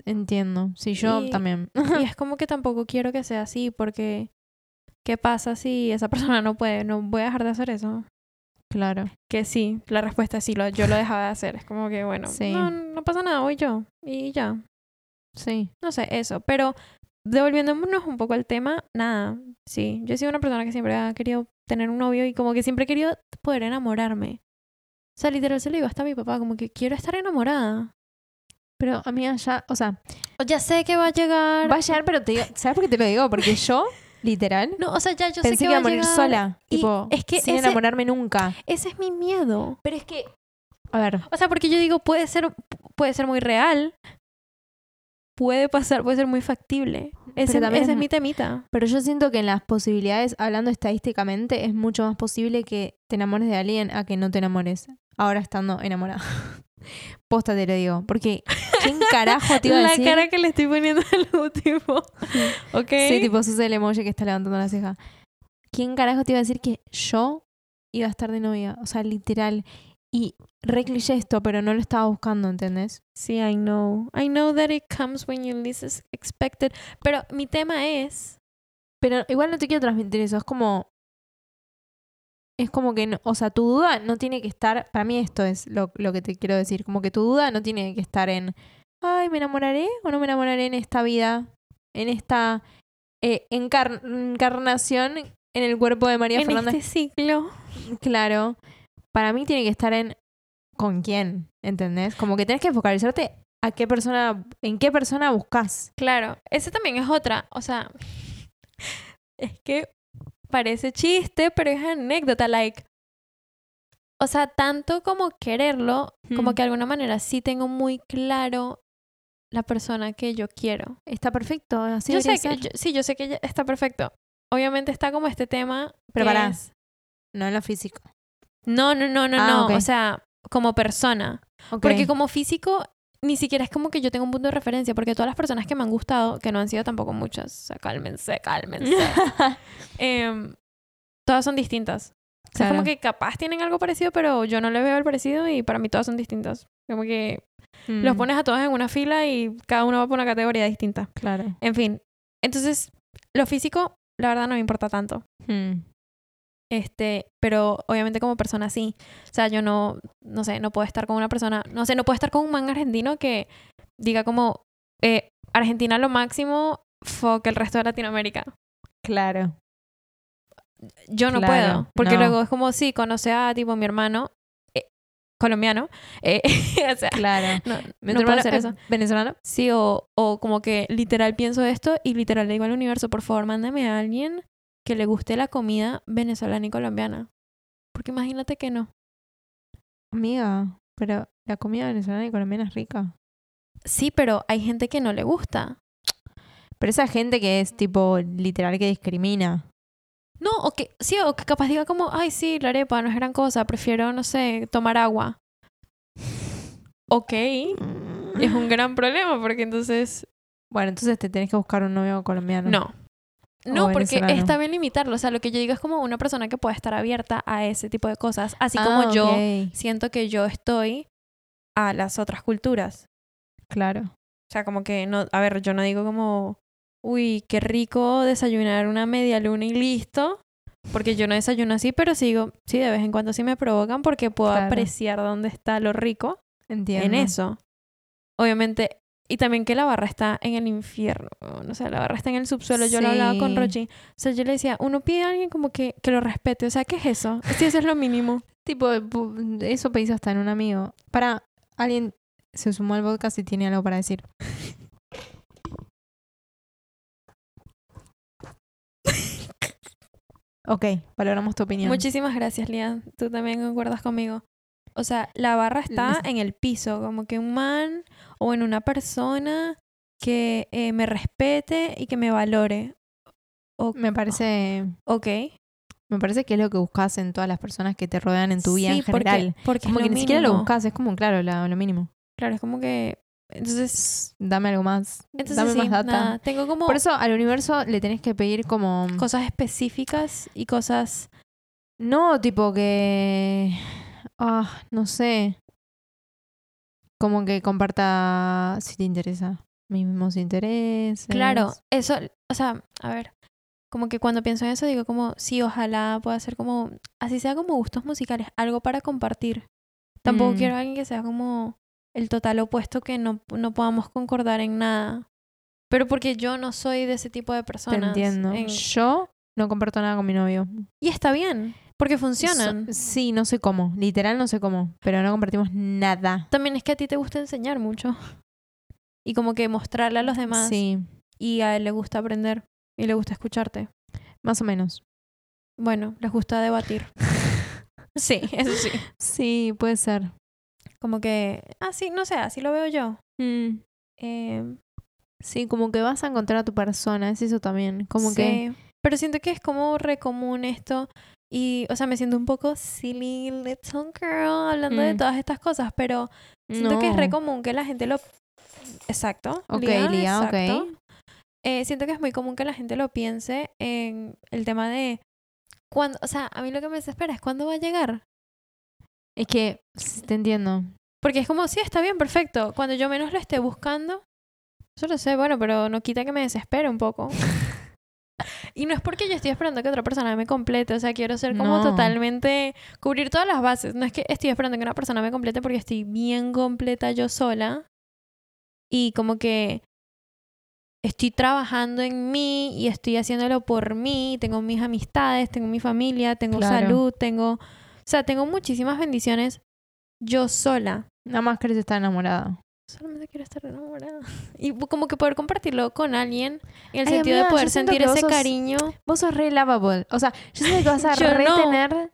Speaker 1: Entiendo. Sí, yo
Speaker 2: Y-
Speaker 1: también.
Speaker 2: y es como que tampoco quiero que sea así porque ¿qué pasa si esa persona no puede? No voy a dejar de hacer eso.
Speaker 1: claro.
Speaker 2: Que sí, la respuesta es sí, lo, yo lo dejaba de hacer. Es como que bueno,
Speaker 1: Sí.
Speaker 2: no, no pasa nada, voy yo y ya.
Speaker 1: Sí.
Speaker 2: no sé, eso. Pero devolviéndonos un poco al tema, nada, sí. Yo he sido una persona que siempre ha querido tener un novio y como que siempre he querido poder enamorarme. O sea, literal se lo digo hasta a mi papá, como que quiero estar enamorada.
Speaker 1: Pero a mí allá, o sea,
Speaker 2: O ya sé que va a llegar.
Speaker 1: va a llegar, pero te digo, ¿sabes por qué te lo digo? Porque yo, literal,
Speaker 2: No, o sea, ya yo
Speaker 1: pensé
Speaker 2: sé
Speaker 1: que
Speaker 2: va
Speaker 1: iba a morir
Speaker 2: llegar.
Speaker 1: sola.
Speaker 2: Y
Speaker 1: Tipo,
Speaker 2: es que
Speaker 1: sin
Speaker 2: ese-
Speaker 1: enamorarme nunca.
Speaker 2: Ese es mi miedo.
Speaker 1: Pero es que. A ver,
Speaker 2: O sea, porque yo digo, puede ser, puede ser muy real. Puede pasar, puede ser muy factible. Ese,
Speaker 1: Pero también
Speaker 2: ese
Speaker 1: es-
Speaker 2: es mi temita.
Speaker 1: pero yo siento que en las posibilidades, hablando estadísticamente, es mucho más posible que te enamores de alguien a que no te enamores. Ahora estando enamorada. Posta te lo digo. Porque, ¿quién carajo te iba a
Speaker 2: La
Speaker 1: decir?
Speaker 2: cara que le estoy poniendo al tipo. ok.
Speaker 1: Sí, tipo, sos el emoji que está levantando la ceja. ¿Quién carajo te iba a decir que yo iba a estar de novia? O sea, literal. Y re cliché esto, pero no lo estaba buscando, ¿entendés?
Speaker 2: Sí, I know. I know that it comes when you least is- expect it. Pero mi tema es.
Speaker 1: Pero igual no te quiero transmitir eso, es como... Es como que, no- o sea, tu duda no tiene que estar, para mí esto es lo, lo que te quiero decir, como que tu duda no tiene que estar en, ay, ¿me enamoraré o no me enamoraré en esta vida? En esta eh, encar- encarnación en el cuerpo de María
Speaker 2: En
Speaker 1: Fernanda
Speaker 2: este ciclo.
Speaker 1: Claro. Para mí tiene que estar en con quién, ¿entendés? Como que tenés que focalizarte a qué persona, en qué persona buscas.
Speaker 2: Claro. Esa también es otra. O sea. Es que parece chiste, pero es anécdota. Like. O sea, tanto como quererlo, como
Speaker 1: Hmm.
Speaker 2: que de alguna manera sí tengo muy claro la persona que yo quiero.
Speaker 1: Está perfecto, así
Speaker 2: yo
Speaker 1: debería
Speaker 2: sé que,
Speaker 1: ser.
Speaker 2: yo- sí, yo sé que ya está perfecto. Obviamente está como este tema.
Speaker 1: Pero
Speaker 2: que
Speaker 1: pará.
Speaker 2: es-
Speaker 1: No en lo físico.
Speaker 2: No, no, no, no,
Speaker 1: Ah,
Speaker 2: no.
Speaker 1: ok.
Speaker 2: O sea, como persona.
Speaker 1: Ok.
Speaker 2: Porque como físico, ni siquiera es como que yo tengo un punto de referencia, porque todas las personas que me han gustado, que no han sido tampoco muchas, o sea, cálmense, cálmense, em, todas son distintas. O sea, es como
Speaker 1: Claro.
Speaker 2: que capaz tienen algo parecido, pero yo no le veo el parecido y para mí todas son distintas. Como que los
Speaker 1: Mm,
Speaker 2: pones a todos en una fila y cada uno va por una categoría distinta.
Speaker 1: Claro.
Speaker 2: En fin, entonces, lo físico, la verdad, no me importa tanto.
Speaker 1: Mm.
Speaker 2: Este, pero obviamente como persona sí. O sea, yo no, no sé, no puedo estar con una persona, no sé, no puedo estar con un man argentino que diga como, eh, Argentina lo máximo, fuck el resto de Latinoamérica.
Speaker 1: Claro.
Speaker 2: Yo no
Speaker 1: Claro,
Speaker 2: puedo. Porque
Speaker 1: no.
Speaker 2: luego es como, sí, conoce a tipo mi hermano eh, colombiano. eh, o sea,
Speaker 1: Claro.
Speaker 2: no,
Speaker 1: Mi
Speaker 2: no puedo
Speaker 1: hermano
Speaker 2: hacer
Speaker 1: es
Speaker 2: eso.
Speaker 1: ¿Venezolano?
Speaker 2: Sí, o, o como que literal pienso esto y literal le digo al universo, por favor, mándame a alguien que le guste la comida venezolana y colombiana. Porque imagínate que no.
Speaker 1: Amiga, pero la comida venezolana y colombiana es rica.
Speaker 2: Sí, pero hay gente que no le gusta.
Speaker 1: Pero esa gente que es tipo literal que discrimina.
Speaker 2: No, o que sí, o que capaz diga como, ay, sí, la arepa no es gran cosa, prefiero, no sé, tomar agua. Ok, es un gran problema porque entonces...
Speaker 1: Bueno, entonces te tenés que buscar un novio colombiano.
Speaker 2: No.
Speaker 1: O
Speaker 2: No, porque
Speaker 1: venezolano.
Speaker 2: está bien limitarlo. O sea, lo que yo digo es como una persona que pueda estar abierta a ese tipo de cosas, así como
Speaker 1: Ah,
Speaker 2: yo
Speaker 1: ok.
Speaker 2: siento que yo estoy a las otras culturas.
Speaker 1: Claro.
Speaker 2: O sea, como que no, a ver, yo no digo como, uy, qué rico desayunar una media luna y listo, porque yo no desayuno así, pero sí digo, sí, de vez en cuando sí me provocan porque puedo
Speaker 1: Claro.
Speaker 2: apreciar dónde está lo rico
Speaker 1: Entiendo.
Speaker 2: en eso. Obviamente, y también que la barra está en el infierno, weón, o sea, la barra está en el subsuelo, yo lo hablaba con
Speaker 1: Sí.
Speaker 2: Rochi, o sea, yo le decía, uno pide a alguien como que, que lo respete, o sea, ¿qué es eso? Sí, eso es lo mínimo.
Speaker 1: Tipo, pu- eso pedís hasta en un amigo. Para, alguien se sumó al podcast y tiene algo para decir. ok, valoramos tu opinión.
Speaker 2: Muchísimas gracias, Lian. Tú también concuerdas conmigo. O sea, la barra está
Speaker 1: Les-
Speaker 2: en el piso, como que un man o en una persona que eh, me respete y que me valore. O-
Speaker 1: me parece,
Speaker 2: Ok.
Speaker 1: me parece que es lo que buscas en todas las personas que te rodean en tu vida
Speaker 2: Sí,
Speaker 1: en
Speaker 2: porque-
Speaker 1: general.
Speaker 2: Porque, es
Speaker 1: Como
Speaker 2: lo
Speaker 1: que ni siquiera lo
Speaker 2: mínimo.
Speaker 1: buscas, es como, claro, la- lo mínimo.
Speaker 2: Claro, es como que... Entonces,
Speaker 1: Dame algo más.
Speaker 2: entonces
Speaker 1: Dame
Speaker 2: sí,
Speaker 1: más data.
Speaker 2: nada, Tengo como
Speaker 1: Por eso al universo le tenés que pedir como...
Speaker 2: cosas específicas y cosas...
Speaker 1: No, tipo que. Ah, no sé. Como que comparta si te interesa. Mismos intereses.
Speaker 2: Claro, eso, o sea, a ver, como que cuando pienso en eso digo como, sí, ojalá pueda ser como, así sea como gustos musicales, algo para compartir. Tampoco
Speaker 1: Mm.
Speaker 2: quiero a alguien que sea como el total opuesto que no, no podamos concordar en nada. Pero porque yo no soy de ese tipo de
Speaker 1: Te
Speaker 2: personas.
Speaker 1: entiendo.
Speaker 2: en-
Speaker 1: Yo no comparto nada con mi novio.
Speaker 2: Y está bien, porque funcionan.
Speaker 1: So- sí, no sé cómo. Literal, no sé cómo. Pero no compartimos nada.
Speaker 2: También es que a ti te gusta enseñar mucho. Y como que mostrarle a los demás.
Speaker 1: Sí,
Speaker 2: Y a él le gusta aprender. Y le gusta escucharte.
Speaker 1: más o menos.
Speaker 2: Bueno, les gusta debatir. Sí, eso sí.
Speaker 1: Sí, puede ser.
Speaker 2: Como que, ah, sí, no sé, así lo veo yo. Mm. Eh,
Speaker 1: Sí, como que vas a encontrar a tu persona. Es eso también. Como que.
Speaker 2: sí. Pero siento que es como re común esto. Y, o sea, me siento un poco silly little girl hablando de
Speaker 1: Mm.
Speaker 2: todas estas cosas, pero siento que es re
Speaker 1: No.
Speaker 2: común que la gente lo... Exacto.
Speaker 1: Ok,
Speaker 2: Lía,
Speaker 1: Lía, ok.
Speaker 2: Eh, siento que es muy común que la gente lo piense en el tema de... Cuando, o sea, a mí lo que me desespera es cuándo va a llegar.
Speaker 1: Es que. sí, Te entiendo.
Speaker 2: Porque es como, sí, está bien, perfecto. Cuando yo menos lo esté buscando, yo lo sé, bueno, pero no quita que me desespere un poco. y no es porque yo estoy esperando que otra persona me complete, o sea, quiero ser como
Speaker 1: No.
Speaker 2: totalmente, cubrir todas las bases. No es que estoy esperando que una persona me complete porque estoy bien completa yo sola y como que estoy trabajando en mí y estoy haciéndolo por mí, tengo mis amistades, tengo mi familia, tengo
Speaker 1: Claro.
Speaker 2: salud, tengo, o sea, tengo muchísimas bendiciones yo sola.
Speaker 1: Nada más querés estar enamorada.
Speaker 2: Solamente quiero estar enamorada. Y bu- como que poder compartirlo con alguien, en el
Speaker 1: Ay,
Speaker 2: sentido
Speaker 1: amiga,
Speaker 2: de
Speaker 1: yo
Speaker 2: poder
Speaker 1: siento
Speaker 2: sentir
Speaker 1: que
Speaker 2: ese
Speaker 1: vos sos-
Speaker 2: cariño.
Speaker 1: Vos sos re lovable. O sea, yo siento que vas a
Speaker 2: Yo no.
Speaker 1: retener. eh,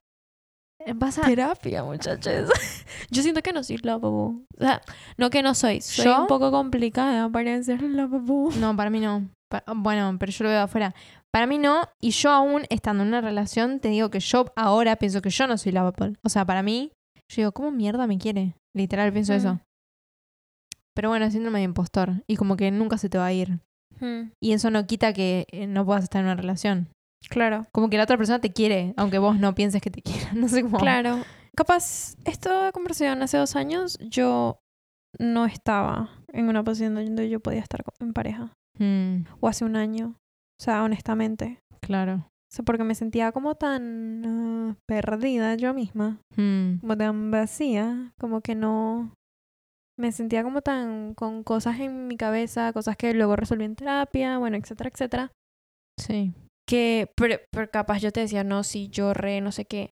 Speaker 2: Ah.
Speaker 1: Vas a.
Speaker 2: Terapia, muchachos. Yo siento que no soy la babu. O sea, no que no soy. Soy
Speaker 1: ¿Yo?
Speaker 2: un poco complicada para ser la babu.
Speaker 1: No, para mí no. Pa- Bueno, pero yo lo veo afuera. Para mí no, y yo aún estando en una relación, te digo que yo ahora pienso que yo no soy lovable. O sea, para mí, yo digo, ¿cómo mierda me quiere? Literal pienso eso. Pero bueno, es síndrome de impostor, y como que nunca se te va a ir. Y eso no quita que eh, no puedas estar en una relación.
Speaker 2: Claro.
Speaker 1: Como que la otra persona te quiere, aunque vos no pienses que te quiera. No sé cómo.
Speaker 2: Claro. Capaz, esta conversación hace dos años, yo no estaba en una posición donde yo podía estar co- en pareja.
Speaker 1: Mm,
Speaker 2: O hace un año. O sea, honestamente.
Speaker 1: claro.
Speaker 2: O sea, porque me sentía como tan ah, perdida yo misma.
Speaker 1: Mm,
Speaker 2: Como tan vacía. Como que no... Me sentía como tan con cosas en mi cabeza, cosas que luego resolví en terapia, bueno, etcétera, etcétera.
Speaker 1: sí.
Speaker 2: que pero, pero capaz yo te decía, no, sí, yo re, no sé qué.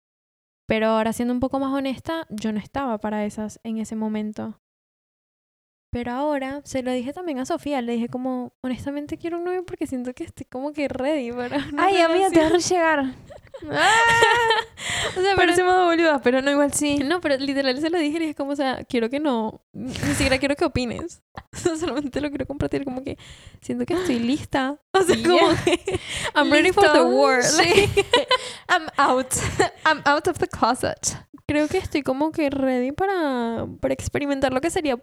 Speaker 2: Pero ahora siendo un poco más honesta, yo no estaba para esas en ese momento. Pero ahora se lo dije también a Sofía, le dije como, honestamente quiero un novio porque siento que estoy como que ready para una
Speaker 1: Ay, amiga, te van
Speaker 2: relación".
Speaker 1: a llegar.
Speaker 2: O sea, pero,
Speaker 1: Parecemos dos boludas, pero no igual sí.
Speaker 2: no, pero literal se lo dije, le dije como, o sea, quiero que no, ni siquiera quiero que opines. Solamente lo quiero compartir como que siento que estoy lista. O sea,
Speaker 1: Yeah.
Speaker 2: como que I'm ready for the
Speaker 1: Listo.
Speaker 2: world.
Speaker 1: Sí. I'm out. I'm out of the closet.
Speaker 2: creo que estoy como que ready para, para experimentar lo que sería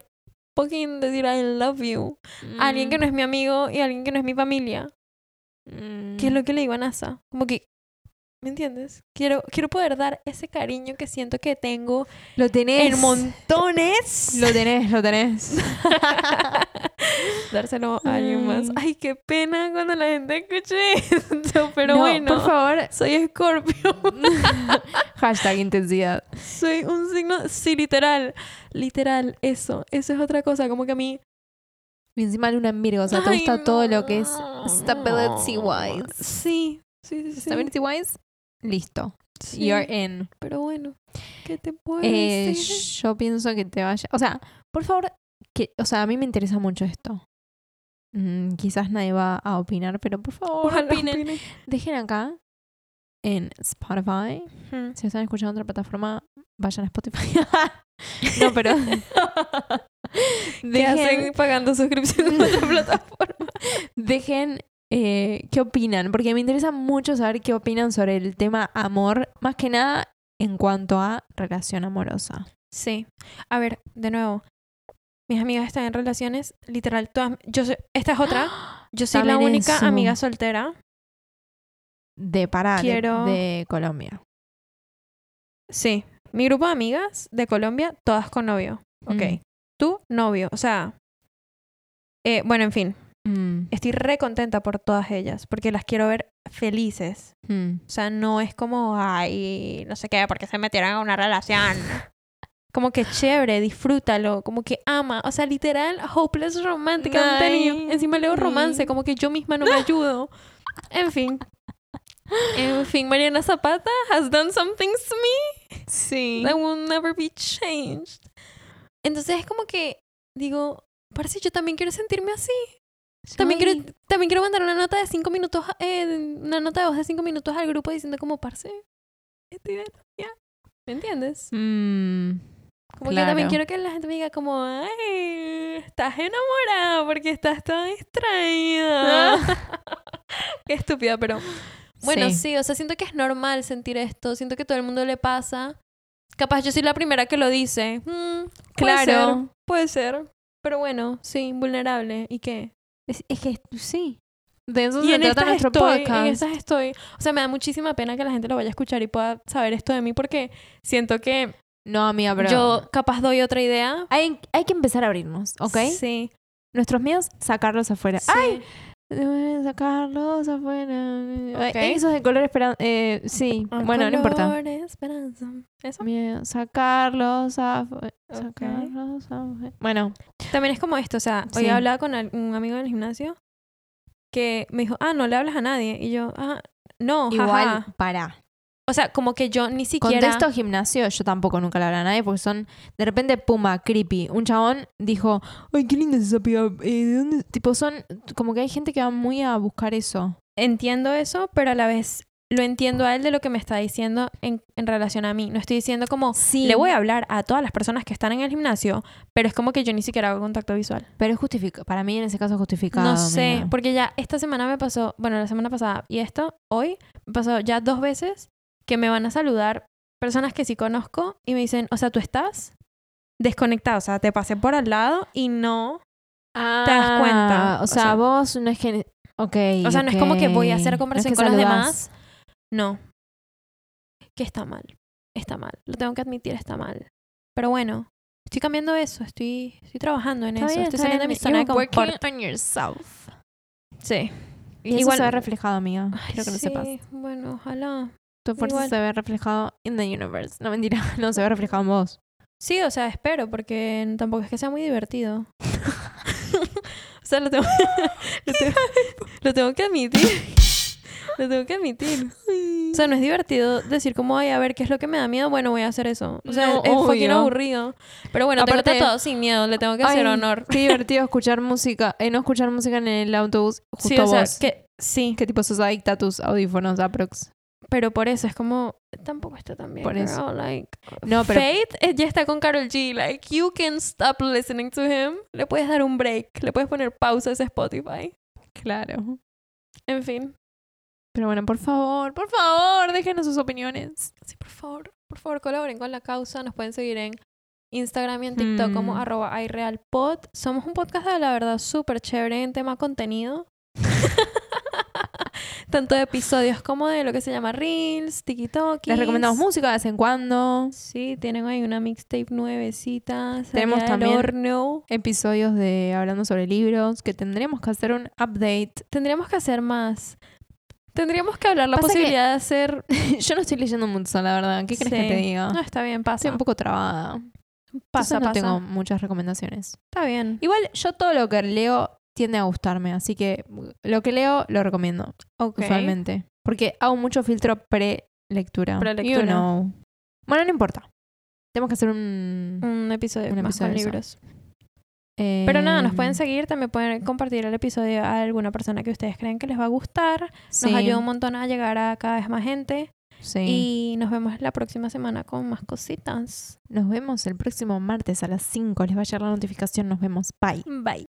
Speaker 2: fucking decir I love you. A Alguien que no es mi amigo y a alguien que no es mi familia. Que es lo que le digo a NASA. Como que, ¿me entiendes? Quiero, quiero poder dar ese cariño que siento que tengo
Speaker 1: Lo tenés.
Speaker 2: en montones.
Speaker 1: Lo tenés, lo tenés.
Speaker 2: Dárselo a alguien más.
Speaker 1: Mm.
Speaker 2: Ay, qué pena cuando la gente escuche esto. Pero
Speaker 1: No,
Speaker 2: bueno,
Speaker 1: Por favor,
Speaker 2: soy Scorpio.
Speaker 1: hashtag intensidad.
Speaker 2: Soy un signo. Sí, literal. Literal, eso. Eso es otra cosa. Como que a mí
Speaker 1: Y encima Luna en Virgo, o sea, te
Speaker 2: Ay,
Speaker 1: gusta todo lo que es
Speaker 2: no.
Speaker 1: stability wise.
Speaker 2: Sí, sí, sí. sí.
Speaker 1: Stability wise, listo.
Speaker 2: Sí,
Speaker 1: You're in.
Speaker 2: Pero bueno, ¿qué te puedo
Speaker 1: Eh,
Speaker 2: decir?
Speaker 1: yo pienso que te vaya. O sea, por favor, que, o sea, a mí me interesa mucho esto. Mm, quizás nadie va a opinar, pero por favor,
Speaker 2: Ojalá
Speaker 1: opinen.
Speaker 2: opinen.
Speaker 1: Dejen acá en Spotify. Si están escuchando en otra plataforma, vayan a Spotify. no, pero.
Speaker 2: ¿Qué
Speaker 1: dejen,
Speaker 2: hacen pagando suscripción a otra plataforma?
Speaker 1: dejen eh, qué opinan, porque me interesa mucho saber qué opinan sobre el tema amor, más que nada en cuanto a relación amorosa.
Speaker 2: Sí. A ver, de nuevo. Mis amigas están en relaciones, literal, todas. Yo soy- esta es otra. Yo soy la
Speaker 1: También
Speaker 2: única
Speaker 1: eso.
Speaker 2: amiga soltera.
Speaker 1: De Pará, de-
Speaker 2: Quiero-
Speaker 1: de Colombia.
Speaker 2: Sí. Mi grupo de amigas de Colombia, todas con novio. Ok.
Speaker 1: Mm.
Speaker 2: Tú, novio. O sea. eh, bueno, en fin.
Speaker 1: Mm,
Speaker 2: estoy re contenta por todas ellas, porque las quiero ver felices.
Speaker 1: mm.
Speaker 2: O sea, no es como, ay, no sé qué, porque se metieron a una relación. Como que chévere, disfrútalo, como que ama. O sea, literal, hopeless romantic
Speaker 1: Ay.
Speaker 2: Antonio. Encima leo romance, como que yo misma no me ayudo. En fin. En fin, Mariana Zapata has done some things to me
Speaker 1: Sí.
Speaker 2: that will never be changed. Entonces es como que, digo, parece yo también quiero sentirme así. También
Speaker 1: Ay,
Speaker 2: quiero, también quiero mandar una nota de cinco minutos, eh, una nota de voz de cinco minutos al grupo diciendo como, parce, estoy bien, ya. ¿Me entiendes?
Speaker 1: mm,
Speaker 2: Como que también
Speaker 1: Claro.
Speaker 2: quiero que la gente me diga como, ay, estás enamorada porque estás tan distraída. Qué estúpida, pero... Bueno, sí.
Speaker 1: sí.
Speaker 2: o sea, siento que es normal sentir esto, siento que todo el mundo le pasa. Capaz yo soy la primera que lo dice. Mm, puede ser,
Speaker 1: Claro.
Speaker 2: puede ser. Pero bueno, sí, vulnerable. ¿Y qué?
Speaker 1: Es, es que sí. De eso
Speaker 2: Y
Speaker 1: se
Speaker 2: en
Speaker 1: trata
Speaker 2: estas,
Speaker 1: nuestro
Speaker 2: estoy, en
Speaker 1: podcast.
Speaker 2: estas estoy. O sea, me da muchísima pena que la gente lo vaya a escuchar y pueda saber esto de mí porque siento que
Speaker 1: No, amiga, Ah, pero.
Speaker 2: yo capaz doy otra idea.
Speaker 1: Hay, hay que empezar a abrirnos, ¿ok?
Speaker 2: Sí.
Speaker 1: Nuestros miedos, sacarlos afuera.
Speaker 2: sí.
Speaker 1: ¡Ay! Eh, Sacarlos afuera. Ay,
Speaker 2: Ok.
Speaker 1: Esos de color esperanza. Eh, sí,
Speaker 2: Al
Speaker 1: bueno, no importa.
Speaker 2: color, esperanza. Eso.
Speaker 1: Miedo, Sacarlos afuera.
Speaker 2: Ok.
Speaker 1: Sacarlos afuera. Bueno,
Speaker 2: También es como esto, o sea, hoy
Speaker 1: Sí.
Speaker 2: hablaba con al- un amigo del gimnasio que me dijo, ah, no le hablas a nadie. Y yo, ah, no, jaja.
Speaker 1: igual, para.
Speaker 2: O sea, como que yo ni siquiera...
Speaker 1: Contexto gimnasio, yo tampoco nunca le hablaba a nadie porque son. De repente, puma, creepy. Un chabón dijo: Ay, qué linda esa piba. eh, ¿de dónde? Tipo, son. Como que hay gente que va muy a buscar eso.
Speaker 2: Entiendo eso, pero a la vez lo entiendo a él de lo que me está diciendo en, en relación a mí. No estoy diciendo como,
Speaker 1: Sí.
Speaker 2: le voy a hablar a todas las personas que están en el gimnasio, pero es como que yo ni siquiera hago contacto visual.
Speaker 1: Pero es justificado. Para mí en ese caso es justificado.
Speaker 2: no sé,
Speaker 1: amiga.
Speaker 2: porque ya esta semana me pasó, bueno, la semana pasada y esto, hoy, me pasó ya dos veces que me van a saludar personas que sí conozco y me dicen, o sea, tú estás desconectada, o sea, te pasé por al lado y no, te das cuenta,
Speaker 1: Ah, O
Speaker 2: o
Speaker 1: sea,
Speaker 2: sea.
Speaker 1: vos no es que... Ok,
Speaker 2: o sea, no es como que voy a hacer
Speaker 1: ok. No es
Speaker 2: conversación
Speaker 1: que
Speaker 2: con los
Speaker 1: saludás.
Speaker 2: demás. No. Que está mal. Está mal. Lo tengo que admitir, está mal. Pero bueno, estoy cambiando eso. Estoy, estoy trabajando en
Speaker 1: Está
Speaker 2: eso.
Speaker 1: bien,
Speaker 2: estoy
Speaker 1: está
Speaker 2: saliendo de
Speaker 1: bien.
Speaker 2: mi zona de
Speaker 1: You're working
Speaker 2: confort.
Speaker 1: on yourself.
Speaker 2: Sí.
Speaker 1: Y eso
Speaker 2: Igual-
Speaker 1: se ve reflejado, amiga. Quiero que lo
Speaker 2: sí.
Speaker 1: sepas.
Speaker 2: Bueno, ojalá.
Speaker 1: Tu esfuerzo
Speaker 2: Igual.
Speaker 1: se ve reflejado in the universe. No, mentira. No, se ve reflejado en vos.
Speaker 2: Sí, o sea, espero, porque tampoco es que sea muy divertido. o sea, lo tengo, lo, tengo, lo tengo que admitir. Lo tengo que admitir. O sea, no es divertido decir como, ay, a ver, ¿qué es lo que me da miedo? Bueno, voy a hacer eso. O sea,
Speaker 1: No,
Speaker 2: es fucking
Speaker 1: obvio.
Speaker 2: aburrido. Pero bueno, tengo
Speaker 1: Aparte-
Speaker 2: tatuado sin miedo, le tengo que hacer
Speaker 1: Ay,
Speaker 2: honor.
Speaker 1: Qué divertido escuchar música. Eh, no escuchar música en el autobús justo
Speaker 2: Sí, o sea,
Speaker 1: vos.
Speaker 2: que, sí,
Speaker 1: ¿Qué tipo sos adicta a tus audífonos, aprox?
Speaker 2: pero por eso es como, tampoco está tan bien,
Speaker 1: Por eso.
Speaker 2: girl, like,
Speaker 1: No, pero...
Speaker 2: Faith eh, ya está con Carol G. Like, you can stop listening to him. Le puedes dar un break. Le puedes poner pausa a ese Spotify.
Speaker 1: Claro.
Speaker 2: En fin.
Speaker 1: Pero bueno, por favor, por favor, déjenos sus opiniones.
Speaker 2: Sí, por favor, por favor, colaboren con la causa. Nos pueden seguir en Instagram y en TikTok como
Speaker 1: Mm.
Speaker 2: arroba iRealPod. Somos un podcast de la verdad súper chévere en tema contenido. Tanto de episodios como de lo que se llama Reels, TikTok.
Speaker 1: Les recomendamos música de vez en cuando.
Speaker 2: Sí, tienen ahí una mixtape nuevecita.
Speaker 1: Tenemos
Speaker 2: salida del
Speaker 1: también-
Speaker 2: horno.
Speaker 1: Episodios de hablando sobre libros que tendremos que hacer un update.
Speaker 2: Tendríamos que hacer más. Tendríamos que hablar la
Speaker 1: Pasa que-
Speaker 2: posibilidad de hacer.
Speaker 1: Yo no estoy leyendo mucho, la verdad. ¿Qué crees
Speaker 2: Sí.
Speaker 1: que te diga?
Speaker 2: No, está bien, pasa.
Speaker 1: Estoy un poco trabada.
Speaker 2: pasa,
Speaker 1: Entonces no
Speaker 2: pasa.
Speaker 1: tengo muchas recomendaciones.
Speaker 2: Está bien.
Speaker 1: Igual yo todo lo que leo tiende a gustarme, así que lo que leo lo recomiendo
Speaker 2: Ok.
Speaker 1: usualmente, porque hago mucho filtro pre lectura.
Speaker 2: Prelectura.
Speaker 1: You know. Bueno, no importa. Tenemos que hacer un
Speaker 2: Un episodio
Speaker 1: Un
Speaker 2: más
Speaker 1: episodio
Speaker 2: con
Speaker 1: de eso.
Speaker 2: libros. Mm. Pero nada, nos
Speaker 1: em,
Speaker 2: pueden seguir, también pueden compartir el episodio a alguna persona que ustedes creen que les va a gustar.
Speaker 1: sí,
Speaker 2: Nos ayuda un montón a llegar a cada vez más gente.
Speaker 1: sí.
Speaker 2: Y nos vemos la próxima semana con más cositas.
Speaker 1: Nos vemos el próximo martes a las 5. Les va a llegar la notificación. Nos vemos. Bye.
Speaker 2: Bye.